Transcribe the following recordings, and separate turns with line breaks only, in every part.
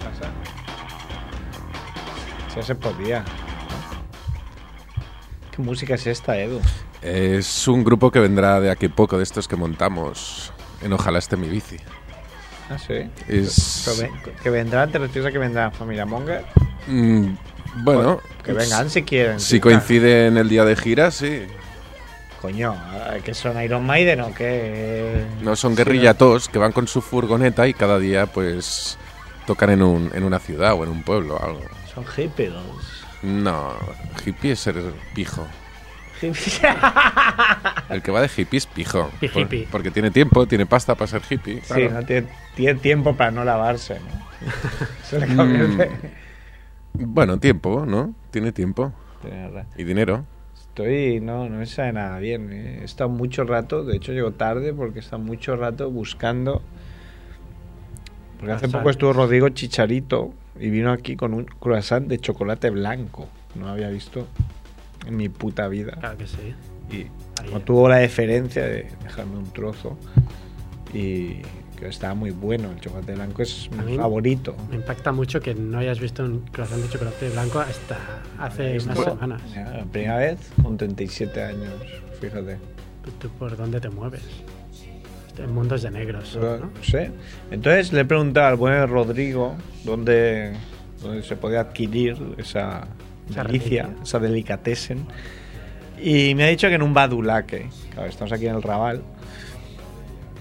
casa. Si ya se podía. ¿Qué música es esta, Edu?
Es un grupo que vendrá de aquí poco, de estos que montamos en Ojalá esté mi bici.
Ah, sí. Pero
Es.
ven- que vendrán, te refieres a que vendrán familia Monger.
mm, bueno. pues,
Que vengan si quieren.
Si
sí,
coincide en el día de gira, sí.
claro. Coño, ah, que son Iron Maiden o qué.
No son guerrillatos que van con su furgoneta y cada día, pues, tocan en, un, en una ciudad o en un pueblo o algo.
Son hippies.
No, hippie es ser pijo. El que va de hippie es pijo.
Pi- hippie.
porque tiene tiempo, tiene pasta para ser hippie.
Sí,
claro.
no tiene, tiene tiempo para no lavarse, ¿no? Se le
Mm.
convierte.
Bueno, tiempo, ¿no? Tiene tiempo.
Tienes ra-
Y dinero.
Estoy, no, no me sale nada bien. eh. He estado mucho rato, de hecho llego tarde porque he estado mucho rato buscando. Porque hace
Croissant.
poco estuvo Rodrigo Chicharito y vino aquí con un croissant de chocolate blanco. No lo había visto en mi puta vida.
Claro que sí.
Y
Ah, Ahí,
no
eh.
tuvo la deferencia de dejarme un trozo. Y que estaba muy bueno. El chocolate blanco es
A
mi
mí-
favorito.
Me impacta mucho que no hayas visto un croissant de chocolate blanco hasta hace unas
Bueno,
semanas.
ya, La primera vez con 37 años, fíjate.
Pues ¿Tú por dónde te mueves? Este, En mundos de negros,
No
¿no?
sé. Entonces le he preguntado al buen Rodrigo dónde, dónde se podía adquirir esa
Esa
delicia,
reliquia.
esa delicatessen. Y me ha dicho que en un badulaque. Claro, estamos aquí en el Raval.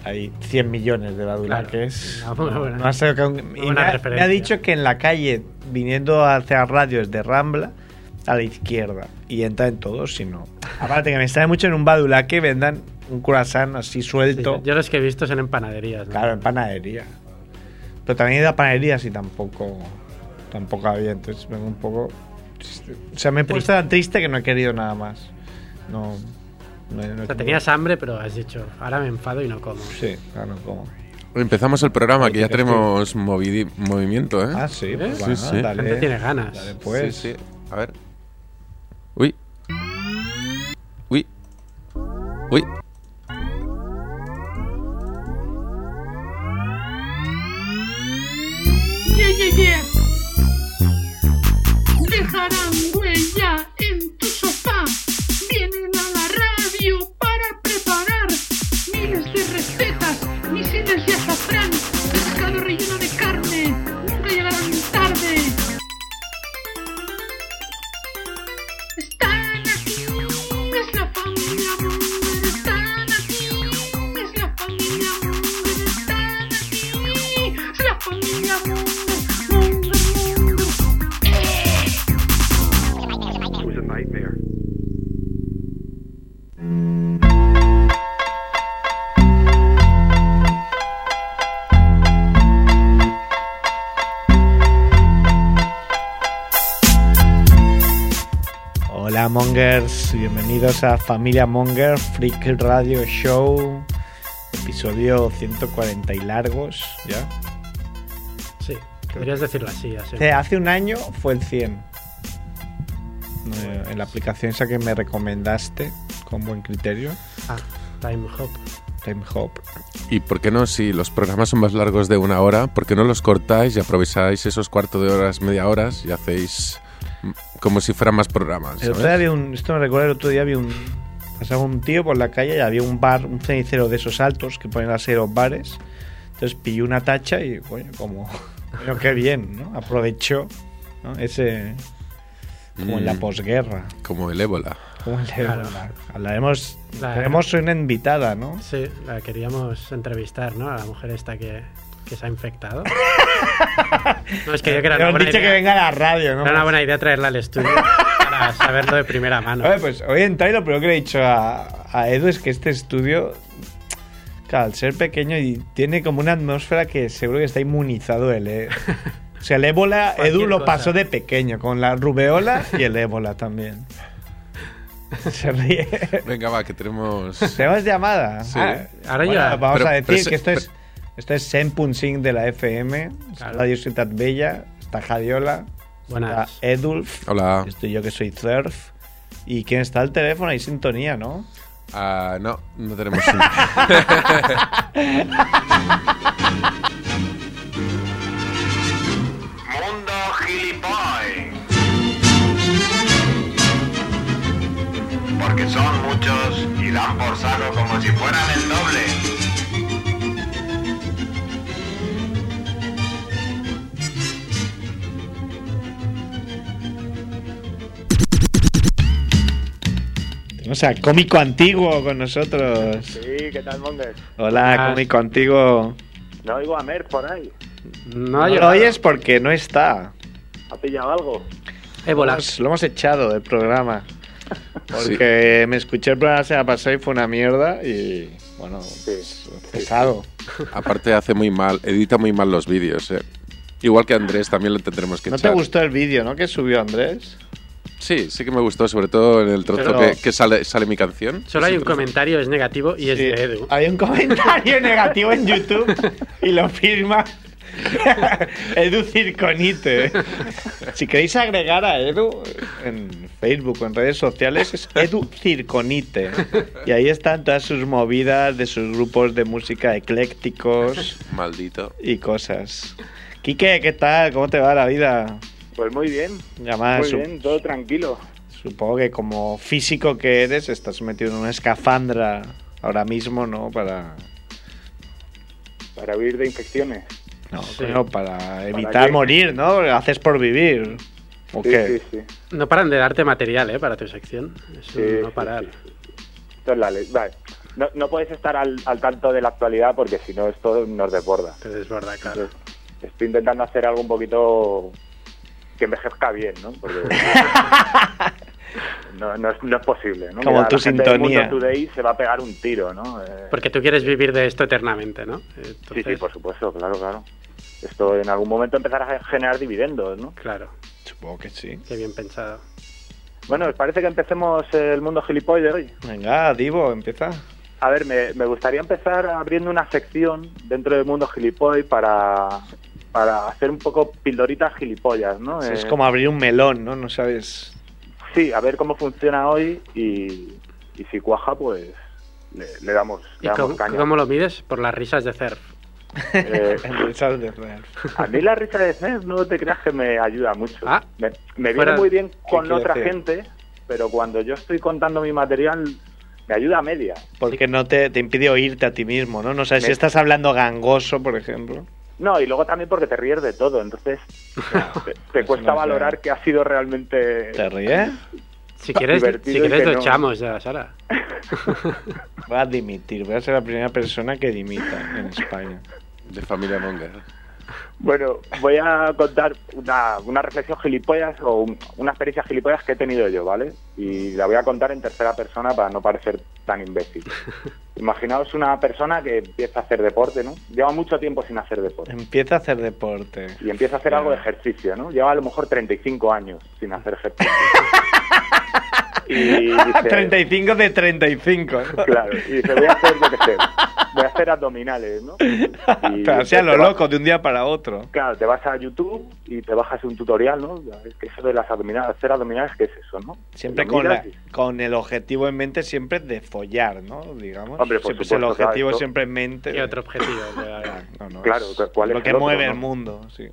Hay 100 millones de badulaques.
Claro, Ah, una buena-
No ha sido que un- y
buena
me, ha, me
referencia.
ha dicho que en la calle, viniendo hacia radio desde Rambla, a la izquierda. Y entra en todos, si no. Aparte que me extraña mucho en un badulaque vendan un croissant así
Sí,
suelto.
yo los que he visto son en panaderías, ¿no?
Claro, en panadería. Pero también he ido a panaderías y tampoco, tampoco había. Entonces vengo un poco. O sea, me he puesto
Triste.
tan triste que no he querido nada más. No. no, no he
O sea,
querido.
tenías hambre, pero has dicho, ahora me enfado y no como.
Sí, claro, como.
¿Eh? Empezamos el programa, que ya
Estoy-
tenemos movidi- movimiento, ¿eh?
Ah, sí, pues
¿Eh?
bueno,
Sí, sí.
La
dale.
gente tiene ganas.
Dale, pues.
Sí, sí. A ver. Uy. Uy. Uy.
Yeah, yeah, yeah. Dejarán huella en tu sofá. Vienen a la radio para preparar miles de recetas, misiles de azafrán, pescado relleno de carne. Nunca llegarán tarde. Están aquí, es la familia Munger. Están aquí, es la familia Munger. Están aquí, es la familia Munger. Munger, Munger. ¡Eh!
Hola, Mongers. Bienvenidos a Familia Monger Freak Radio Show. Episodio 140 y largos. ¿Ya?
Sí, podrías decirlo así, así.
Hace- Eh, Hace un año fue el 100. Eh, en la aplicación esa que me recomendaste con buen criterio,
Ah, Time Hop.
Time Hop.
¿Y por qué no, si los programas son más largos de una hora, por qué no los cortáis y aprovecháis esos cuarto de horas, media horas y hacéis mm, como si fueran más programas?
El otro día
¿sabes?
había un, esto me recuerda el otro día había un pasaba un tío por la calle y había un bar, un cenicero de esos altos que ponen así los bares. Entonces pilló una tacha y coño, como coño, qué bien, ¿no? Aprovechó ¿no? ese como en la
Mm.
posguerra.
Como el ébola.
Como el de-
Claro.
Hablaremos,
La-
tenemos una invitada, ¿no?
Sí, la queríamos entrevistar, ¿no? A la mujer esta que, que se ha infectado. no, es que yo creo que era
Hemos
una buena
dicho que
idea.
venga a la radio, ¿no?
Era una buena idea traerla al estudio para saberlo de primera mano.
Oye, pues hoy en Tai lo primero que le he dicho a, a Edu es que este estudio, claro, al ser pequeño y tiene como una atmósfera que seguro que está inmunizado él. eh. O sea, el ébola,
Cualquier
Edu lo
cosa.
pasó de pequeño, con la rubeola y el ébola también. Se ríe.
Venga, va, que tenemos...
¿Tenemos llamada? Ah,
Sí.
Ahora
bueno,
ya-
Vamos
Pero-
a
pero
decir
se-
que esto es, esto es 100.5 de la FM,
Claro.
Radio Ciudad Bella, está Jadiola, está
eh,
Buenas.
Edulf.
Hola.
Estoy yo que soy Surf. ¿Y quién está al teléfono? Hay sintonía, ¿no?
Ah, no, no tenemos...
por saco como si fueran el doble.
O sea, cómico antiguo con nosotros.
Sí, ¿qué tal, Mongues?
Hola,
Ah,
cómico antiguo.
No oigo a Mer por ahí.
No,
No
yo
lo oyes porque no está.
¿Ha pillado algo?
Ébola.
Pues lo hemos echado del programa. Porque me escuché el programa la semana pasada y fue una mierda y bueno, pues, pesado.
Aparte hace muy mal, edita muy mal los vídeos, eh. Igual que Andrés, también lo tendremos que
¿No te
echar.
gustó el vídeo, no? Que subió Andrés.
Sí, sí que me gustó, sobre todo en el trozo
Pero-
que, que sale, sale mi canción.
Solo hay
Ese
un
trozo.
comentario, es negativo y es
Sí.
de Edu.
Hay un comentario negativo en YouTube y lo firma Edu Circonite. Si queréis agregar a Edu en Facebook o en redes sociales es Edu Circonite. Y ahí están todas sus movidas de sus grupos de música eclécticos
Maldito.
y cosas. Quique, ¿qué tal? ¿Cómo te va la vida?
Pues muy bien,
Además,
muy
su-
bien, todo tranquilo.
supongo que como físico que eres, estás metido en una escafandra ahora mismo, ¿no? Para
Para huir de infecciones.
No,
Sí.
coño, para evitar
qué?
morir, ¿no? Haces por vivir. ¿O
Sí,
qué?
sí, sí.
No paran de darte material, ¿eh? Para tu sección. Es un
Sí,
no
sí,
parar.
Esto es la ley. Vale. No, no puedes estar al, al tanto de la actualidad porque si no esto nos desborda.
Te desborda, claro.
Entonces, estoy intentando hacer algo un poquito que envejezca bien, ¿no? Porque no, no es, no es posible, ¿no?
Como tu
la gente del
sintonía.
Mundo Today se va a pegar un tiro, ¿no? Eh,
Porque tú quieres vivir de esto eternamente, ¿no?
sí,
Entonces,
sí, por supuesto, claro, claro. Esto en algún momento empezará a generar dividendos, ¿no?
Claro,
Supongo que sí.
qué bien pensado.
Bueno, os parece que empecemos el mundo gilipollas de hoy.
Venga, Divo, empieza.
A ver, me, me gustaría empezar abriendo una sección dentro del mundo gilipoy para, para hacer un poco pildoritas gilipollas, ¿no?
Eso Es
Eh,
como abrir un melón, ¿no? No sabes.
Sí, a ver cómo funciona hoy y, y si cuaja, pues le, le damos,
¿Y
le damos
cómo,
caña.
cómo lo mides? Por las risas de Cerf.
Eh,
Empezar de real.
a mí la risa de Zen no te creas que me ayuda mucho.
Ah,
me
fuera-
me viene muy bien con
quiere
otra
decir?
gente, pero cuando yo estoy contando mi material, me ayuda a media.
Porque no te, te impide oírte a ti mismo, ¿no? No
Me-
sabes si estás hablando gangoso, por ejemplo.
No, y luego también porque te ríes de todo, entonces te, te
Eso
cuesta
no es
valorar
verdad.
qué ha sido realmente...
¿Te ríes?
Si quieres,
divertido
si
y
quieres
que
lo
no.
echamos de la sala.
Voy a dimitir. Voy a ser la primera persona que dimita en España.
De familia Monger.
Bueno, voy a contar una, una reflexión gilipollas o un- una experiencia gilipollas que he tenido yo, ¿vale? Y la voy a contar en tercera persona para no parecer tan imbécil. Imaginaos una persona que empieza a hacer deporte, ¿no? Lleva mucho tiempo sin hacer deporte.
Empieza a hacer deporte.
Y empieza a hacer algo de ejercicio, ¿no? Lleva a lo mejor 35 años sin hacer ejercicio. Y dice-
35 de 35. ¿no?
Claro, y dice, voy a hacer, lo que sé, voy a hacer abdominales, ¿no? Y
Pero así a lo
te va-
loco, de un día para otro.
Claro, te vas a YouTube y te bajas un tutorial, ¿no? Es que eso de las abdominales, hacer abdominales, ¿qué es eso, no?
Siempre
Lo
con, la-
miras y-
con el objetivo en mente, siempre de follar, ¿no? Digamos.
Hombre, por
Siempre es
supuesto,
el objetivo
claro, esto-
siempre en mente.
¿Qué otro objetivo? puede
Ah,
haber?
no, no,
Claro,
es
¿cuál es
lo que
el otro,
mueve
no?
el mundo, sí.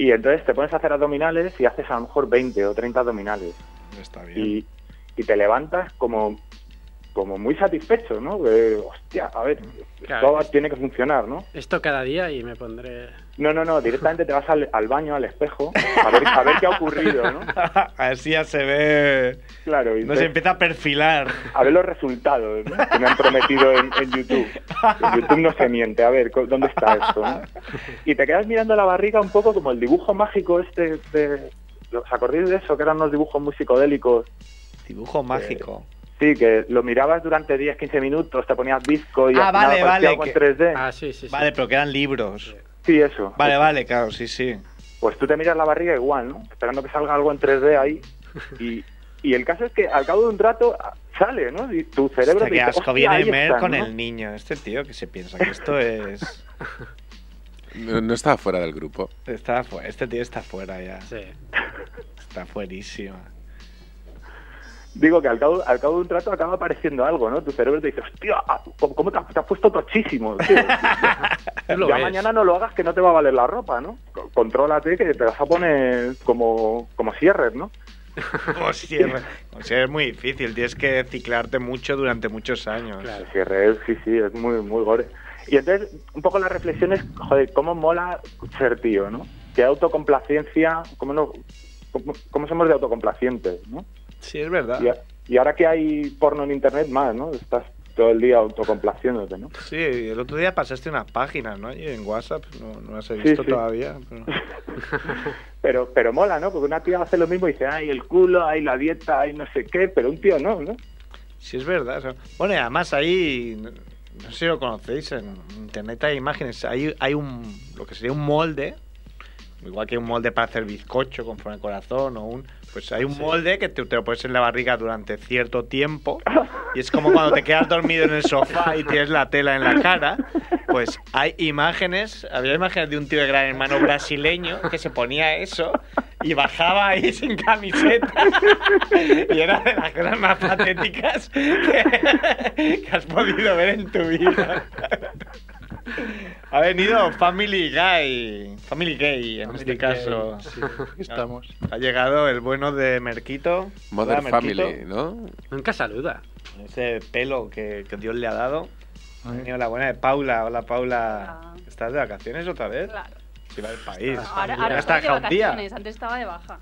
Y entonces te pones a hacer abdominales y haces a lo mejor 20 o 30 abdominales.
Está bien.
Y, y te levantas como, como muy satisfecho, ¿no? Que, hostia, a ver,
Claro.
esto tiene que funcionar, ¿no?
Esto cada día y me pondré...
No, no, no, directamente te vas al, al baño, al espejo, a ver, a ver qué ha ocurrido, ¿no?
Así ya se ve.
Claro, y
No se
entonces-
empieza a perfilar.
a ver los resultados ¿no? que me han prometido en, en YouTube. En YouTube no se miente, a ver, co- ¿dónde está esto? no? Y te quedas mirando la barriga un poco como el dibujo mágico este de... ¿Os acordáis de eso? Que eran unos dibujos muy psicodélicos.
Dibujo mágico.
Sí, que lo mirabas durante 10, 15 minutos, te ponías disco y
Ah,
al final
vale,
aparecía
vale,
algo en
que-
3D.
Ah, sí, sí, sí.
Vale, pero quedan libros.
Sí, eso.
Vale, vale, claro, sí, sí.
Pues tú te miras la barriga igual, ¿no? Esperando que salga algo en 3D ahí. Y, y el caso es que al cabo de un rato ah, sale, ¿no? Y tu cerebro
Hostia, qué asco
"Hostia,
viene
ahí
Mer
están",
con
¿no?
el niño. Este tío que se piensa que esto es.
No, no estaba fuera del grupo.
Está fu- Este tío está fuera ya.
Sí.
Está fuerísima.
Digo que al cabo, al cabo de un rato acaba apareciendo algo, ¿no? Tu cerebro te dice, hostia, ah, ¿cómo- ¿cómo te has, te has puesto tochísimo? tío?
Tú lo
ya
ves.
mañana no lo hagas que no te va a valer la ropa, ¿no? Co- Contrólate que te vas a poner como, como cierres, ¿no?
Hostia, o sea, es muy difícil. Tienes que ciclarte mucho durante muchos años.
Claro.
Sí, re- sí, sí, es muy, muy gore. Y entonces, un poco la reflexión es, joder, cómo mola ser tío, ¿no? Que autocomplacencia, cómo, no, cómo, cómo somos de autocomplacientes, ¿no?
Sí, es verdad.
Y, a- y ahora que hay porno en internet más, ¿no? Estás todo el día autocomplaciéndote, ¿no?
Sí, el otro día pasaste unas páginas, ¿no? Y en WhatsApp no, no las he
Sí,
visto
sí.
todavía. pero-
Pero, pero mola, ¿no? Porque una tía hace lo mismo y dice, ay, el culo, ay, la dieta, ay, no sé qué, pero un tío no, ¿no?
Sí, es verdad. o sea, Bueno, y además ahí, no no sé si lo conocéis, en internet hay imágenes, hay, hay un, lo que sería un molde, igual que hay un molde para hacer bizcocho con forma de corazón o un... Pues hay un molde que te, te lo pones en la barriga durante cierto tiempo y es como cuando te quedas dormido en el sofá y tienes la tela en la cara. Pues hay imágenes, había imágenes de un tío de gran hermano brasileño que se ponía eso y bajaba ahí sin camiseta. Y era de las cosas más patéticas que, que has podido ver en tu vida. Ha venido Family Guy, Family Gay en este caso.
Sí.
Aquí Estamos.
Ha llegado el bueno de Merquito.
Mother
Hola, Merquito.
Family, ¿no?
Nunca saluda.
Ese pelo que, que Dios le ha dado. Ha
Ay.
venido la buena de Paula. Hola, Paula.
Hola.
¿Estás de vacaciones otra vez?
Claro.
Si va del país.
Ahora,
Ya
ahora estoy
está
de
dejado un día.
vacaciones, antes estaba de baja.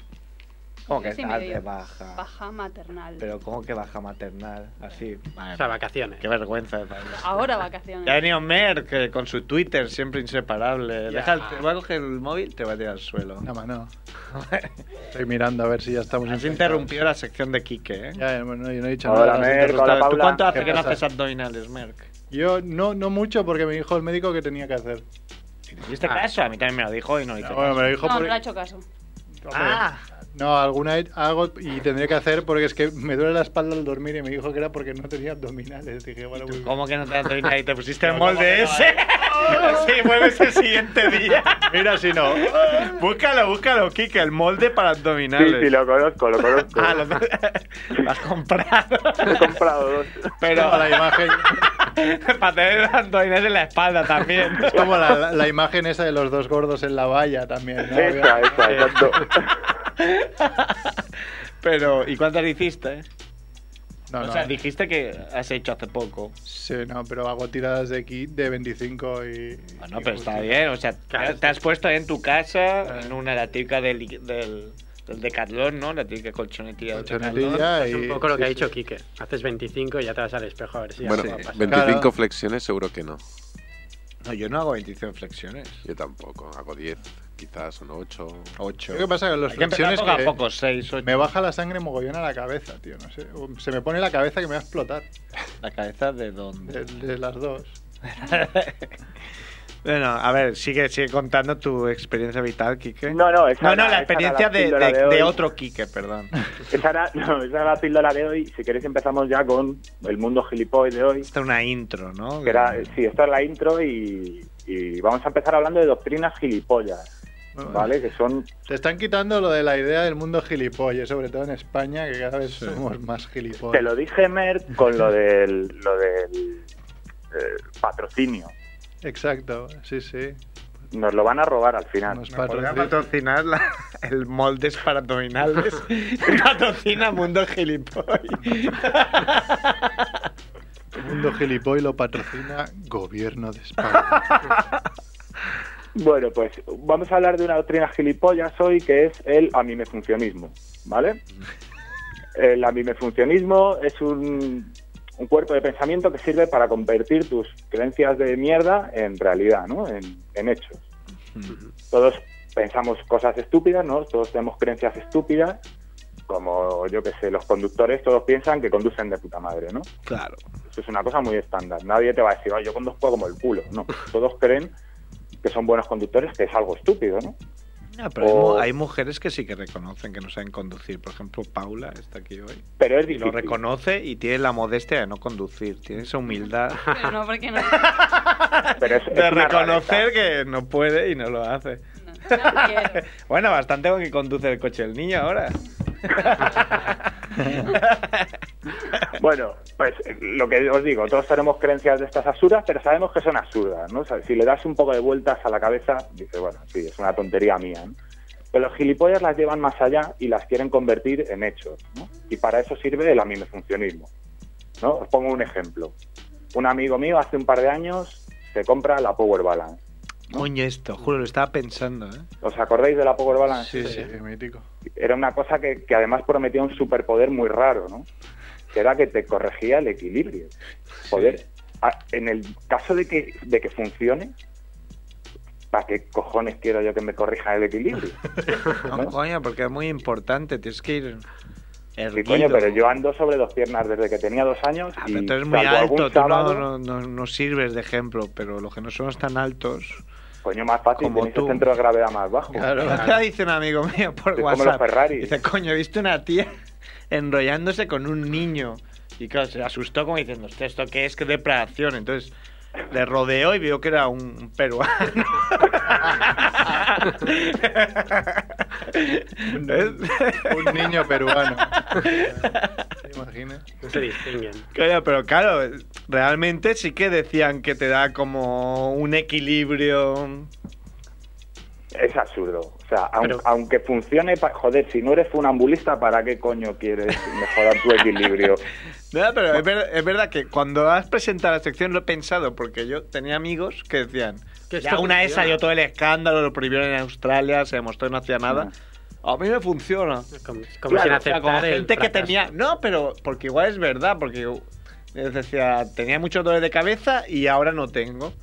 ¿Cómo que
Sí,
estás
medio.
de baja?
Baja maternal.
Pero ¿cómo que baja maternal? Así. Madre
O sea,
mía,
vacaciones.
Qué vergüenza de país.
Ahora
Ya ha
vacaciones.
venido Merck eh, con su Twitter siempre inseparable.
Ya.
Deja el- te va a coger el móvil te va a tirar al suelo.
No, ma, no. Estoy mirando a ver si ya estamos
Has
infectados.
interrumpido la sección de Quique, ¿eh?
Ya, bueno, yo no he dicho
Ahora
nada.
me-
Has
Merck,
interrumpido.
hola,
¿Tú
Paula.
cuánto hace
¿Qué
que no
pasa?
haces abdominales, Merck?
Yo no, no mucho porque me dijo el médico que tenía que hacer.
¿Hiciste caso? A mí también me lo dijo y no lo hice
Bueno, me lo dijo
No, no
porque-
le ha hecho caso.
Ah,
No, alguna he- hago y tendré que hacer porque es que me duele la espalda al dormir y me dijo que era porque no tenía abdominales. Dije, bueno, pues-
¿cómo que no te has abdominal y te pusiste el molde ese? Sí, vuelves el siguiente día.
Mira, si no.
Búscalo, búscalo, Quique, el molde para
Sí,
abdominales.
sí, lo conozco, lo conozco.
Ah, lo, lo has comprado.
He comprado dos.
Es
Pero
como la imagen,
para tener abdominales en la espalda también.
es como la, la- la imagen esa de los dos gordos en la valla también. ¿no?
Esa, esa, exacto.
Pero, ¿y cuántas hiciste?
No,
o
no.
sea, dijiste que has hecho hace poco.
Sí, no, pero hago tiradas de aquí de 25 y. y
Bueno,
pues,
pero
justo.
está bien. O sea, te,
Claro.
te has puesto en tu casa, en una la típica del, del, del Decathlon, ¿no? La típica colchonetilla del Decathlon.
Colchonetilla y.
Es un poco lo
sí,
que ha
sí.
dicho Quique. Haces 25 y ya te vas al espejo a ver si
Bueno,
algo ha pasado.
25
Claro.
flexiones seguro que no.
No, yo no hago 25 flexiones.
Yo tampoco. Hago 10, quizás, no 8.
8.
Lo que pasa con los
Hay que empezar
flexiones
poco a
que
poco, 6, 8.
me baja la sangre mogollón a la cabeza, tío. No sé. O Se me pone la cabeza que me va a explotar.
¿La cabeza de dónde?
De, de las dos.
Eh. bueno, a ver, sigue, sigue contando tu experiencia vital, Quique.
No, no, esa
No,
era-
no, la
esa
experiencia
era la
de,
píldora
de-
de hoy.
de otro Quique, perdón.
Esa era, no, esa era la píldora de hoy. Si queréis empezamos ya con el mundo gilipollas de hoy.
Esta es una intro, ¿no?
Que era, sí, esta es la intro y, y vamos a empezar hablando de doctrinas gilipollas,
Ah,
¿vale? Que son...
Te están quitando lo de la idea del mundo gilipollas, sobre todo en España, que cada vez somos más
Te
gilipollas.
lo dije, Mer, con lo del, lo del eh, patrocinio.
Exacto, sí, sí.
Nos lo van a robar al final.
Nos
Nos podría
patrocin-
patrocinar la- el moldes para abdominales. Patrocina Mundo Gilipoy.
El mundo gilipollas lo patrocina Gobierno de España.
Bueno, pues vamos a hablar de una doctrina gilipollas hoy que es el a mí me funcionismo, ¿vale? El a mí me funcionismo es un, un cuerpo de pensamiento que sirve para convertir tus creencias de mierda en realidad, ¿no? En, en hechos.
Mm,
Todos pensamos cosas estúpidas, ¿no? Todos tenemos creencias estúpidas, como yo que sé, los conductores todos piensan que conducen de puta madre, ¿no?
Claro.
Eso es una cosa muy estándar. Nadie te va a decir, "Ay, yo conduzco como el culo. No, todos creen que son buenos conductores, que es algo estúpido, ¿no?
pero hay mu-
O-
hay, mujeres que sí que reconocen que no saben conducir. Por ejemplo, Paula está aquí hoy.
Pero es
Y lo
difícil.
reconoce y tiene la modestia de no conducir. Tiene esa humildad
Pero no, porque no.
Pero es- es
de
una
reconocer
rareza.
que no puede y no lo hace.
no, no quiero.
Bueno, bastante con que conduce el coche el niño ahora.
Bueno, pues eh, lo que os digo, todos tenemos creencias de estas absurdas, pero sabemos que son absurdas, ¿no? O sea, si le das un poco de vueltas a la cabeza, dices, bueno, sí, es una tontería mía, ¿no? Pero los gilipollas las llevan más allá y las quieren convertir en hechos. ¿no? Y para eso sirve el aminofuncionismo. ¿no? Os pongo un ejemplo. Un amigo mío hace un par de años se compra la Power Balance.
Coño, esto, juro, lo estaba pensando, ¿eh?
¿Os acordáis de la Power Balance?
Sí, sí, es mítico.
Era una cosa que, que además prometía un superpoder muy raro, ¿no? Que era que te corregía el equilibrio. Joder, a- en el caso de que, de que funcione, ¿para qué cojones quiero yo que me corrija el equilibrio?
No,
¿No?
coño, porque es muy importante, tienes que ir
Sí,
erguido.
coño, pero yo ando sobre dos piernas desde que tenía dos años.
Ah,
y
pero tú eres muy
salvo algún
alto, tú no,
sábado,
no, no- no sirves de ejemplo, pero los que no somos tan altos...
Coño, más fácil,
Como
tenéis
tú.
el centro de gravedad más bajo.
El otro día dice un amigo mío por
Soy como los
WhatsApp,
Ferrari.
dice, coño, he visto una tía enrollándose con un niño. Y claro, se asustó como diciendo, "Hostia, ¿esto qué es? ¿Qué depravación? Entonces le rodeó y vio que era un peruano. ¿Ves?
Un niño peruano. ¿Te imaginas?
No se distinguen.
Coño, pero claro, realmente sí que decían que te da como un equilibrio.
Es absurdo. O sea, aun-
Pero-
aunque funcione, pa- joder, si no eres funambulista, ¿para qué coño quieres mejorar tu equilibrio?
No, pero es, ver- es verdad que cuando has presentado la sección lo he pensado, porque yo tenía amigos que decían,
Que
ya
esto
una vez
funciona".
salió todo el escándalo, lo prohibieron en Australia, se demostró que no hacía nada. A mí me funciona.
Es Como, es como
Claro,
sin
o sea,
aceptar
como
el
gente que
fracaso.
tenía... No, pero porque igual es verdad, porque yo- les decía, tenía mucho dolor de cabeza y ahora no tengo.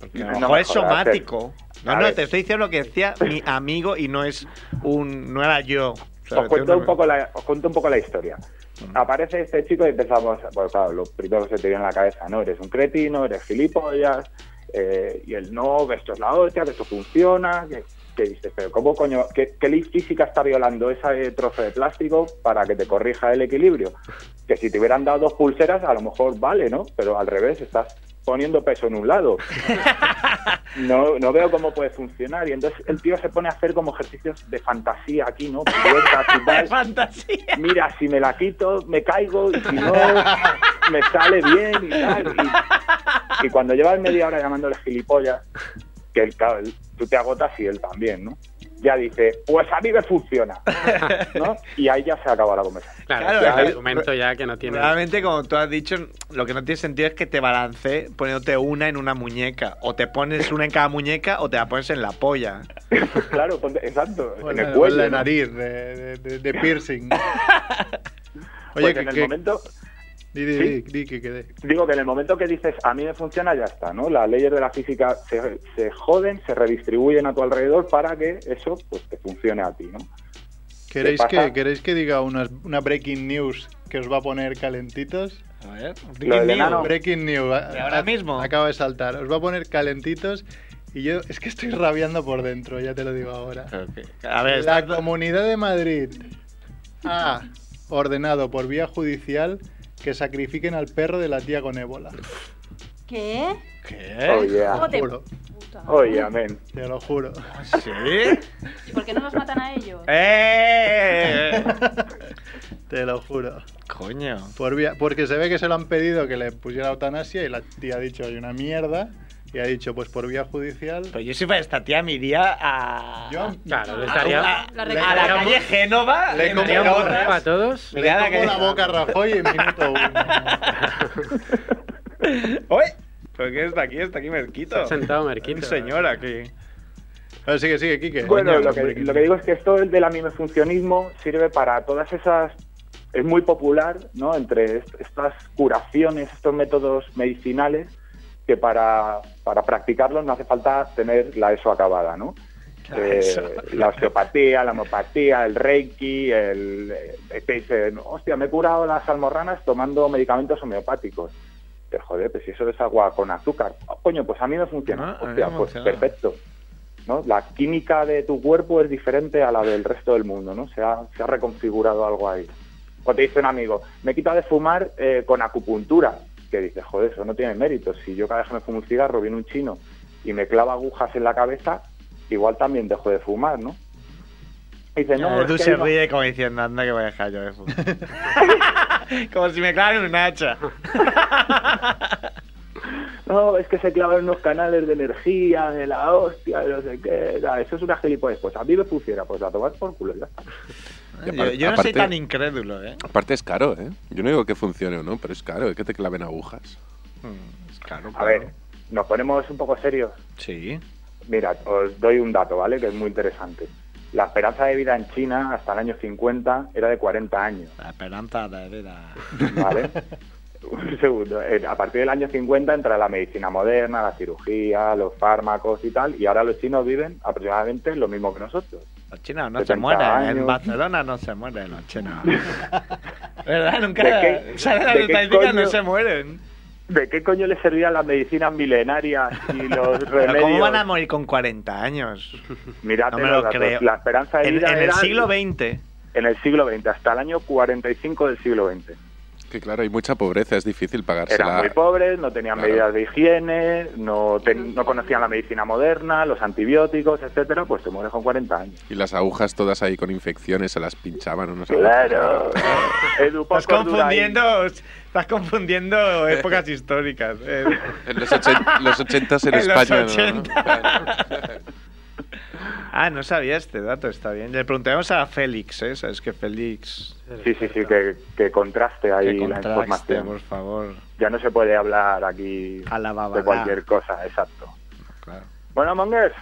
Porque a
No
lo mejor
me
es
jodas,
somático.
A
No, no,
ver.
te estoy diciendo lo que decía mi amigo y no es un... no era yo. O sea,
os, cuento
tengo
un poco la, os cuento un poco la historia. Aparece este chico y empezamos, bueno, claro, lo primero que se te viene a la cabeza, ¿no? Eres un cretino, eres gilipollas, eh, y el no, que esto es la hostia, que esto funciona, que, que dices, pero ¿cómo coño, qué, qué ley física está violando ese trozo de plástico para que te corrija el equilibrio? Que si te hubieran dado dos pulseras, a lo mejor vale, ¿no? Pero al revés, estás poniendo peso en un lado. No, no veo cómo puede funcionar. Y entonces el tío se pone a hacer como ejercicios de fantasía aquí, ¿no? Piruetas y
de
tal
fantasía.
mira, si me la quito, me caigo, y si no, me sale bien y tal. Y, y cuando llevas media hora llamándole gilipollas, que el, claro, el- tú te agotas y él también, ¿no? Ya dice, pues a mí me funciona, ¿no? Y ahí ya se acaba la conversación.
Claro,
Claro,
ya
ahí-
el argumento ya que no tiene.
Realmente, como tú has dicho, lo que no tiene sentido es que te balancee poniéndote una en una muñeca. O te pones una en cada muñeca o te la pones en la polla.
Claro, ponte- exacto,
O
en
la,
el
o
cuello.
la
¿no?
nariz, de, de- de- de piercing.
Pues
Oye,
en
que,
el
que-
momento,
di, di,
¿Sí?
di, di que quedé.
digo que en el momento que dices, a mí me funciona, ya está, ¿no? Las leyes de la física se, se joden, se redistribuyen a tu alrededor para que eso, pues, te funcione a ti, ¿no?
¿Queréis
pasa?
que, ¿Queréis que diga unas, una breaking news que os va a poner calentitos?
A ver,
Lo del
Ah,
enano.
Breaking news.
¿De ahora mismo?
Acaba de saltar. Os va a poner calentitos y yo es que estoy rabiando por dentro, ya te lo digo ahora.
A ver,
La
Pues está-
Comunidad de Madrid ha ordenado por vía judicial que sacrifiquen al perro de la tía con ébola.
¿Qué?
Oh,
¿Qué?
Te
yeah.
lo
Joder.
juro,
Puta.
Oye, amén.
te lo juro.
¿Sí?
¿Y por qué no los matan a ellos?
¡Eh!
Te lo juro.
Coño.
Por vía- porque se ve que se lo han pedido que le pusiera eutanasia y la tía ha dicho, hay una mierda. Y ha dicho, pues por vía judicial.
Pero yo si fuera esta tía me iría a...
Yo
Claro, le
a-
estaría.
a,
La
a la calle Génova.
Le
en
comería
Sería un
como
Andorra.
borrego a todos.
Me
le
iría a la
como
calle-
la boca a Rajoy en minuto uno.
¡Oye! ¿Pero qué está aquí? Está aquí Merquito.
Se ha sentado Merquito.
Un señor aquí.
Ahora sigue, sigue, Quique.
Bueno,
Coño,
lo que,
hombre,
lo que digo es que esto del aminofuncionismo sirve para todas esas. Es muy popular, ¿no? Entre est- estas curaciones, estos métodos medicinales, que para, para practicarlos no hace falta tener la ESO acabada, ¿no? Eh, la osteopatía, la homeopatía, el reiki, el. eh, Te dicen, hostia, me he curado las almorranas tomando medicamentos homeopáticos. Pero joder, pues si eso es agua con azúcar. Oh, coño, pues a mí me funciona.
Ah, a mí
Hostia,
me
pues
funciona.
perfecto. ¿no? La química de tu cuerpo es diferente a la del resto del mundo, ¿no? Se ha, se ha reconfigurado algo ahí. O te dice un amigo, me he quitado de fumar eh, con acupuntura, que dices, joder, eso no tiene mérito. Si yo cada vez que me fumo un cigarro viene un chino y me clava agujas en la cabeza, igual también dejo de fumar, ¿no? Y dice, no,
Eh,
es
tú
que
se
hay una-
ríe como diciendo, anda que voy a dejar yo de fumar. como si me claven un hacha.
No, es que se clavan unos canales de energía, de la hostia, de no sé qué. nada, eso es una gilipollez. Pues a mí me pusiera, pues a tomar por culo. ya está.
Y
Yo,
apar-
yo no soy
aparte-
tan incrédulo, ¿eh?
Aparte es caro, ¿eh? Yo no digo que funcione o no, pero es caro, es que te claven agujas.
Mm, Es caro,
A
claro.
ver, nos ponemos un poco serios.
Sí.
Mira, os doy un dato, ¿vale? Que es muy interesante. La esperanza de vida en China hasta el año 50 era de 40 años,
La esperanza de vida.
¿vale? un segundo. Eh, A partir del año 50 entra la medicina moderna, la cirugía, los fármacos y tal, y ahora los chinos viven aproximadamente lo mismo que nosotros.
Los chinos no se
70
mueren. En
años.
Barcelona no se mueren los chinos. ¿Verdad? Nunca.
¿De qué-
¿Sabes las
de qué
estadísticas? No
coño?
se mueren.
¿De qué coño les servían las medicinas milenarias y los
Pero
remedios?
¿Cómo van a morir con 40 años?
Mirad
No me lo
los datos.
creo.
La esperanza de
En,
vida
en el
era
siglo XX.
En el siglo XX, hasta el año 45 del siglo XX.
Que claro, hay mucha pobreza, es difícil
Eran
pagársela.
muy pobres, no tenían
Claro.
medidas de higiene, no, ten- no conocían la medicina moderna, los antibióticos, etcétera, pues te mueres con 40 años.
Y las agujas todas ahí con infecciones se las pinchaban o no sé.
Claro. Edu, Pocos
Estás
Durain.
confundiendo, estás confundiendo épocas históricas. eh.
En los, ochen- los 80 en,
En los
España. ¿no?
80.
Claro.
Ah, no sabía este dato, está bien. Le preguntamos a Félix, ¿eh? Sabes que Félix...
Sí, sí, sí, que, que contraste ahí
que
la
contraste,
información.
por favor.
Ya no se puede hablar aquí
A la babalá.
de cualquier cosa, exacto.
Claro.
Bueno, Mongers,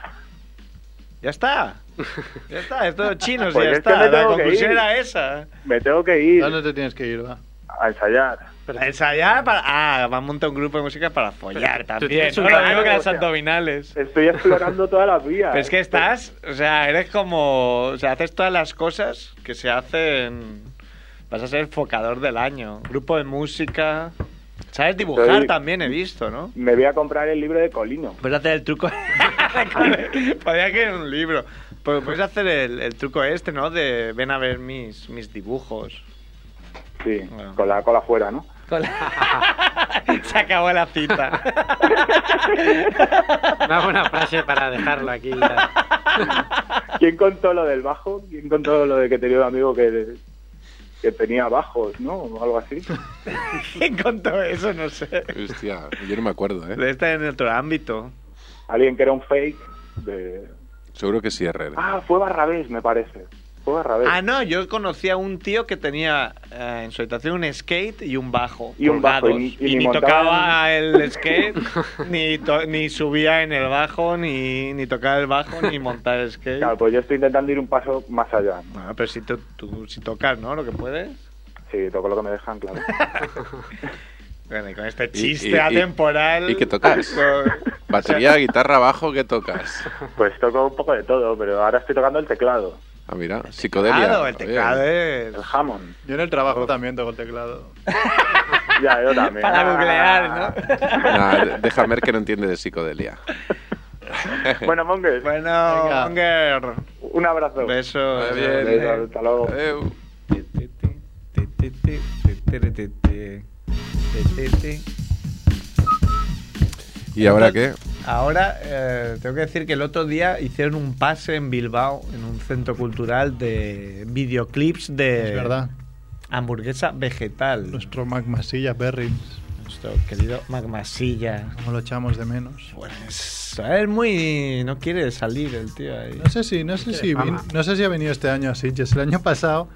Ya está. Ya está, es todo chinos,
Pues
ya
es que
está.
me
La
tengo que
conclusión
ir.
era esa.
me tengo que ir
¿Dónde te tienes que ir, va?
a ensayar.
Ensayar para... Ah, va a montar un grupo de música para follar también.
tú-
No lo mismo que
claro,
las
o sea.
abdominales.
Estoy explorando todas las vías.
Pero es que estás, o sea, eres como, o sea, haces todas las cosas que se hacen, vas a ser el focador del año, grupo de música, sabes dibujar
Soy-
también he visto, ¿no?
Me voy a comprar el libro de Colino.
Puedes hacer el truco, podría que en un libro, pero puedes hacer el, el truco este, ¿no? De ven a ver mis, mis dibujos.
Sí,
Bueno.
con la cola fuera, ¿no?
Con la- se acabó la cita.
Una buena frase para dejarlo aquí. ya.
¿Quién contó lo del bajo? ¿Quién contó lo de que tenía un amigo que, que tenía bajos, ¿no? O algo así.
¿Quién contó eso? No sé.
Hostia, yo no me acuerdo, ¿eh?
Debe estar en otro ámbito.
Alguien que era un fake de...
Seguro que sí, Herrera.
Ah, fue Barrabés, me parece. Fue Barrabés.
Ah, no, yo conocí a un tío que tenía eh, en su habitación un skate y un bajo.
Y un bajo,
colgados.
y ni- y
ni
ni montaban-
tocaba el skate, ni, to- ni subía en el bajo, ni, ni tocaba el bajo, ni montar el skate.
Claro, pues yo estoy intentando ir un paso más allá.
Bueno, pero si, tú- tú- si tocas, ¿no? Lo que puedes.
Sí, toco lo que me dejan, claro.
Bueno, y con este
Y-
chiste
y- y-
atemporal.
¿y qué tocas?
con-
Batería, guitarra, bajo, ¿qué tocas?
Pues toco un poco de todo, pero ahora estoy tocando el teclado,
Ah, mira, psicodelia.
Claro, el
Oye,
teclado ¿eh?
el
es.
Hammond.
Yo en el trabajo también toco el teclado.
Ya, yo también.
Para
Ah.
googlear, ¿no?
nah, de- déjame ver que no entiende de psicodelia.
Bueno, Mongers,
Bueno, Unger,
un abrazo.
besos.
Bien,
Bien,
Besos,
eh.
Hasta luego.
Adeu. ¿Y ahora qué?
Ahora eh, tengo que decir que el otro día hicieron un pase en Bilbao, en un centro cultural de videoclips de
Es verdad.
hamburguesa vegetal.
Nuestro Mac Masilla Berrins.
Nuestro querido Magmasilla.
Como lo echamos de menos.
Pues es muy. No quiere salir el tío ahí.
No sé si, no sé si,
fama.
vin- no sé si ha venido este año a Sitges. El año pasado,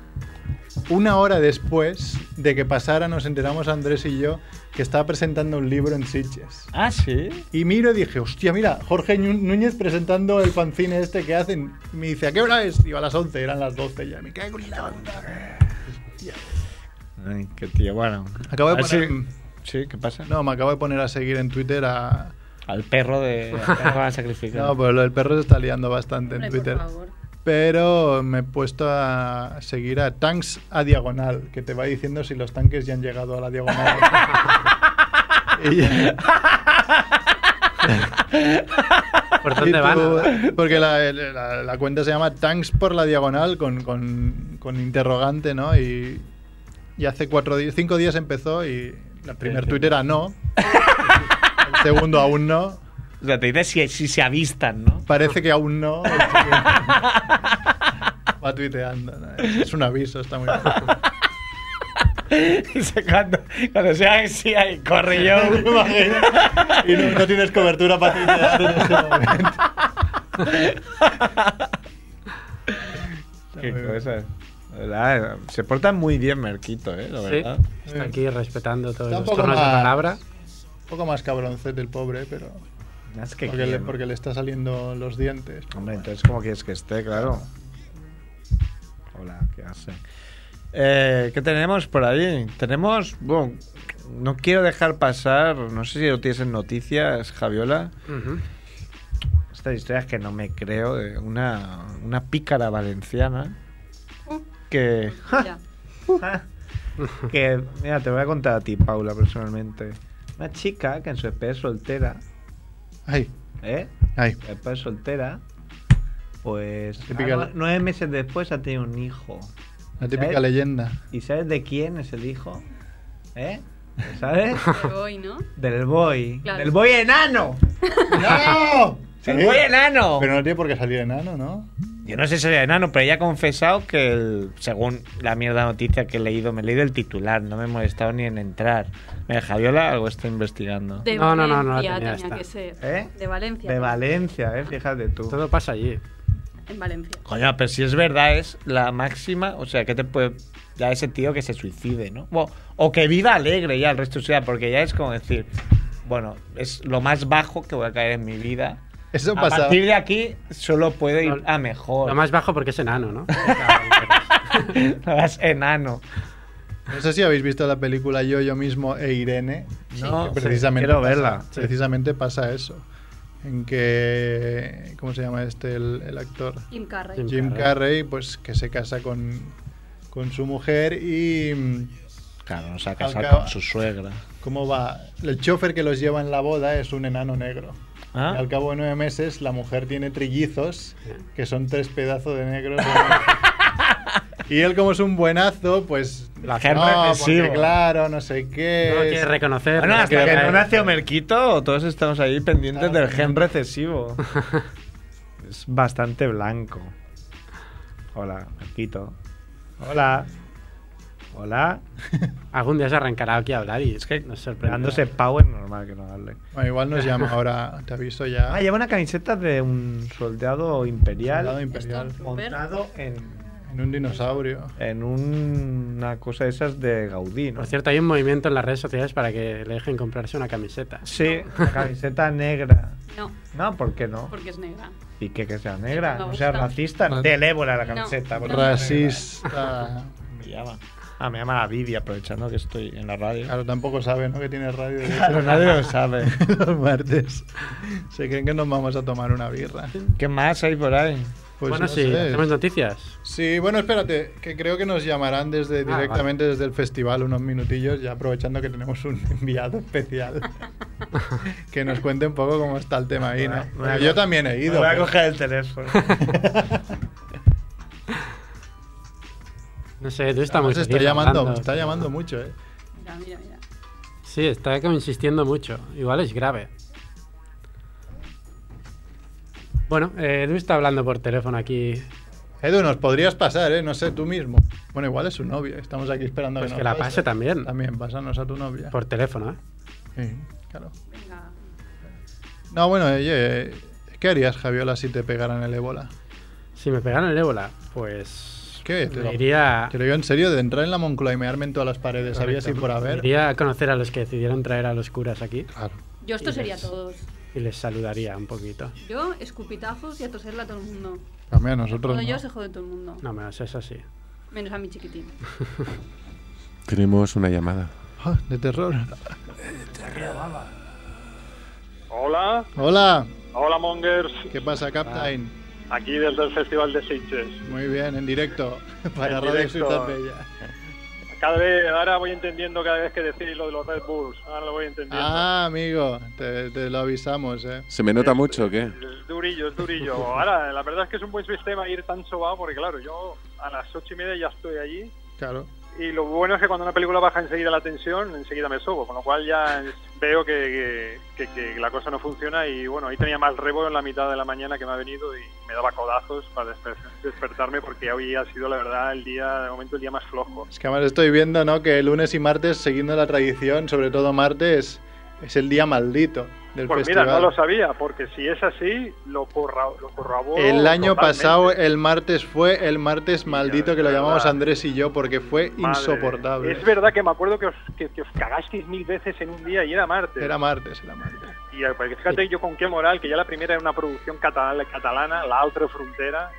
una hora después de que pasara, nos enteramos Andrés y yo que estaba presentando un libro en Sitges.
Ah, sí.
Y miro y dije, hostia, mira, Jorge Ñu- Núñez presentando el fanzine este que hacen. Me dice, ¿a qué hora es? Iba a las 11, eran las 12 ya. Me cago en la onda.
Ay, qué tío, bueno.
Acabo de
A ver si-
poner-
¿Ah, Sí, ¿qué pasa?
No, me acabo de poner a seguir en Twitter a...
Al perro de. Al perro van a sacrificar.
No, pues- pero lo del perro se está liando bastante en
Hombre,
Twitter.
por favor.
Pero me he puesto a seguir a Tanks a diagonal, que te va diciendo si los tanques ya han llegado a la diagonal. Y-
¿Por
y
dónde
tú-
van?
Porque la, la- la cuenta se llama Tanks por la diagonal con, con- con interrogante, ¿no? Y, y hace cuatro días, cinco días empezó y el primer Twitter era no, el segundo aún no,
O sea, te dices si, si se avistan, ¿no?
parece que aún no. Va tuiteando. ¿no? Es un aviso, está muy bien.
Dice, cuando, cuando sea sí, ahí corre yo.
Y no, no tienes cobertura para ti en este momento.
Qué cosa. La verdad, Se porta muy bien Merquito, ¿eh? La verdad.
Está aquí respetando todos
Está un
los
poco
turnos de
más-
palabra.
Un poco más cabroncete el pobre, pero.
Más que
Porque le,
quién.
porque le está saliendo los dientes.
Hombre, entonces, ¿cómo quieres que esté? Claro. Hola, ¿qué hace? Eh, ¿Qué tenemos por ahí? Tenemos. Bueno, no quiero dejar pasar. No sé si lo tienes en noticias, Javiola.
Ujú.
Estas historias que no me creo. De una, una pícara valenciana. Que.
Mira,
que, mira, te voy a contar a ti, Paula, personalmente. Una chica que en su EP es soltera,
Ay,
¿eh?
ay.
Su EP es soltera, pues
Típica-
ah, nue- nueve meses después ha tenido un hijo.
La típica
¿Sabes?
leyenda.
¿Y sabes de quién es el hijo? ¿Eh? ¿Lo ¿Sabes?
me voy, ¿no?
Del boy.
Claro.
¡Del boy enano!
¡No!
¡Del boy enano!
Pero no tiene por qué salir enano, ¿no?
Yo no sé si era enano, pero ella ha confesado que, el- según la mierda noticia que he leído, me he leído el titular, no me he molestado ni en entrar. Mira, Javiola algo está investigando.
De
No, no, no, no la
Valencia
tenía
tenía,
esta.
que ser.
¿Eh?
De Valencia.
De Valencia, ¿eh? Fíjate tú.
Todo pasa allí.
En Valencia.
Coño, pero si es verdad, es la máxima. O sea, que te puede dar ese tío que se suicide, ¿no? O, o que viva alegre ya el resto de su vida, porque ya es como decir, bueno, es lo más bajo que voy a caer en mi vida.
Eso
A
pasa.
partir de aquí solo puede ir
No,
a mejor.
Lo más bajo porque es enano, ¿no?
No eras enano.
No sé si habéis visto la película Yo, yo mismo e Irene.
No,
que precisamente
quiero
pasa-
verla.
Precisamente pasa eso. En que. ¿Cómo se llama este el, el actor?
Jim Carrey.
Jim
Jim
Carrey.
Carrey, pues que se casa con, con su mujer y. mm,
Claro, no se ha
casado
casado
Acaba-
con
con
su
su
suegra.
¿Cómo va? El chofer que los lleva en la boda es un enano negro.
Ah.
Y al cabo de nueve meses, la mujer tiene trillizos, que son tres pedazos de negros. y él, como es un buenazo, pues.
La gente
no,
agresivo.
porque claro, no sé qué.
No lo quiere
es-
reconocer.
Bueno,
no
hasta
quiere
que no
reconocer.
nació Merquito, todos estamos ahí pendientes
Claro.
del gen recesivo.
Es bastante blanco. Hola, Marquito. Hola. Hola.
Algún día se arrancará aquí a hablar y es que nos sorprende.
Dándose power, normal que no hable.
Bueno, igual nos llama ahora, te aviso ya.
Ah, lleva una camiseta de un soldado imperial
Soldado imperial.
montado en,
En un dinosaurio.
en un- una cosa de esas de Gaudí, ¿no?
Por cierto, hay un movimiento en las redes sociales para que le dejen comprarse una camiseta.
Sí, una camiseta negra.
No,
No, ¿por qué no?
porque es negra.
Y que, que sea negra,
Me
no sea
gusta.
racista.
No.
Del ébola la camiseta.
No.
porque
Racista.
Me llama. Ah, me llama la Vivi aprovechando que estoy en la radio.
Claro, tampoco sabe, ¿no? Que tiene radio. de-
Claro, nadie lo sabe.
Los martes. Se creen que nos vamos a tomar una birra.
¿Qué más hay por ahí?
Pues
bueno,
no
sí,
sé.
tenemos noticias.
Sí, bueno, espérate, que creo que nos llamarán desde
Ah, vale.
directamente desde el festival unos minutillos, ya aprovechando que tenemos un enviado especial. que nos cuente un poco cómo está el tema ahí, ¿no?
Voy a-
Yo también he ido.
Voy a
pero-
coger el teléfono.
No sé, tú estás muy
Además, está
feliz
llamando,
hablando.
está llamando mucho, ¿eh?
Mira, mira, mira.
Sí, está como insistiendo mucho. Igual es grave. Bueno, eh, Edu está hablando por teléfono aquí.
Edu, nos podrías pasar, ¿eh? No sé, tú mismo. Bueno, igual es su novia, estamos aquí esperando
Pues
que,
que
nos
la pase también.
También, pásanos a tu novia.
Por teléfono, ¿eh?
Sí, claro.
Venga.
No, bueno, oye, eh, ¿qué harías, Javiola, si te pegaran el ébola?
Si me pegaran el ébola, pues.
¿Qué? Te
me
lo-
iría,
Te lo digo en serio, de entrar en la Moncloa y mearme en todas las paredes, ¿sabías si por
me
haber?
iría a conocer a los que decidieron traer a los curas aquí
Claro.
Yo esto
Y
sería
les-
todos.
y les saludaría un poquito.
Yo, escupitajos y a toserla a todo el mundo.
También a nosotros.
Cuando
no.
yo se jode todo el mundo.
No, menos eso sí.
Menos a mi chiquitín.
Tenemos una llamada.
Ah, de terror.
Hola,
Hola,
hola Mongers,
¿qué pasa, Captain?
aquí desde el Festival de Sitges.
Muy bien, en directo. Para
En
Radio
directo.
Ciudad Bella.
Cada vez, ahora voy entendiendo cada vez que decís lo de los Red Bulls, ahora lo voy entendiendo.
Ah, amigo, te, te lo avisamos, ¿eh?
¿Se me nota mucho o qué?
Es durillo, es durillo. Ahora, la verdad es que es un buen sistema ir tan sobado, porque claro, yo a las ocho y media ya estoy allí
Claro.
Y lo bueno es que cuando una película baja enseguida la tensión, enseguida me sobo, con lo cual ya es- veo que, que- que- que la cosa no funciona y bueno, ahí tenía más rebo en la mitad de la mañana que me ha venido y me daba codazos para desper- despertarme porque hoy ha sido la verdad el día, de momento el día más flojo.
Es que además estoy viendo, ¿no? Que lunes y martes, siguiendo la tradición, sobre todo martes, es el día maldito del
Pues
festival.
mira, no lo sabía, porque si es así, lo, corra- lo corroboro.
el año
Oh, totalmente.
pasado, el martes fue el martes maldito que lo
verdad.
llamamos Andrés y yo porque fue
Madre de-
insoportable.
Es verdad que me acuerdo que os, que, que os cagasteis mil veces en un día y era martes.
Era martes, era martes.
Y eh, pues, fíjate yo con qué moral, que ya la primera era una producción catalana, catalana la otra frontera,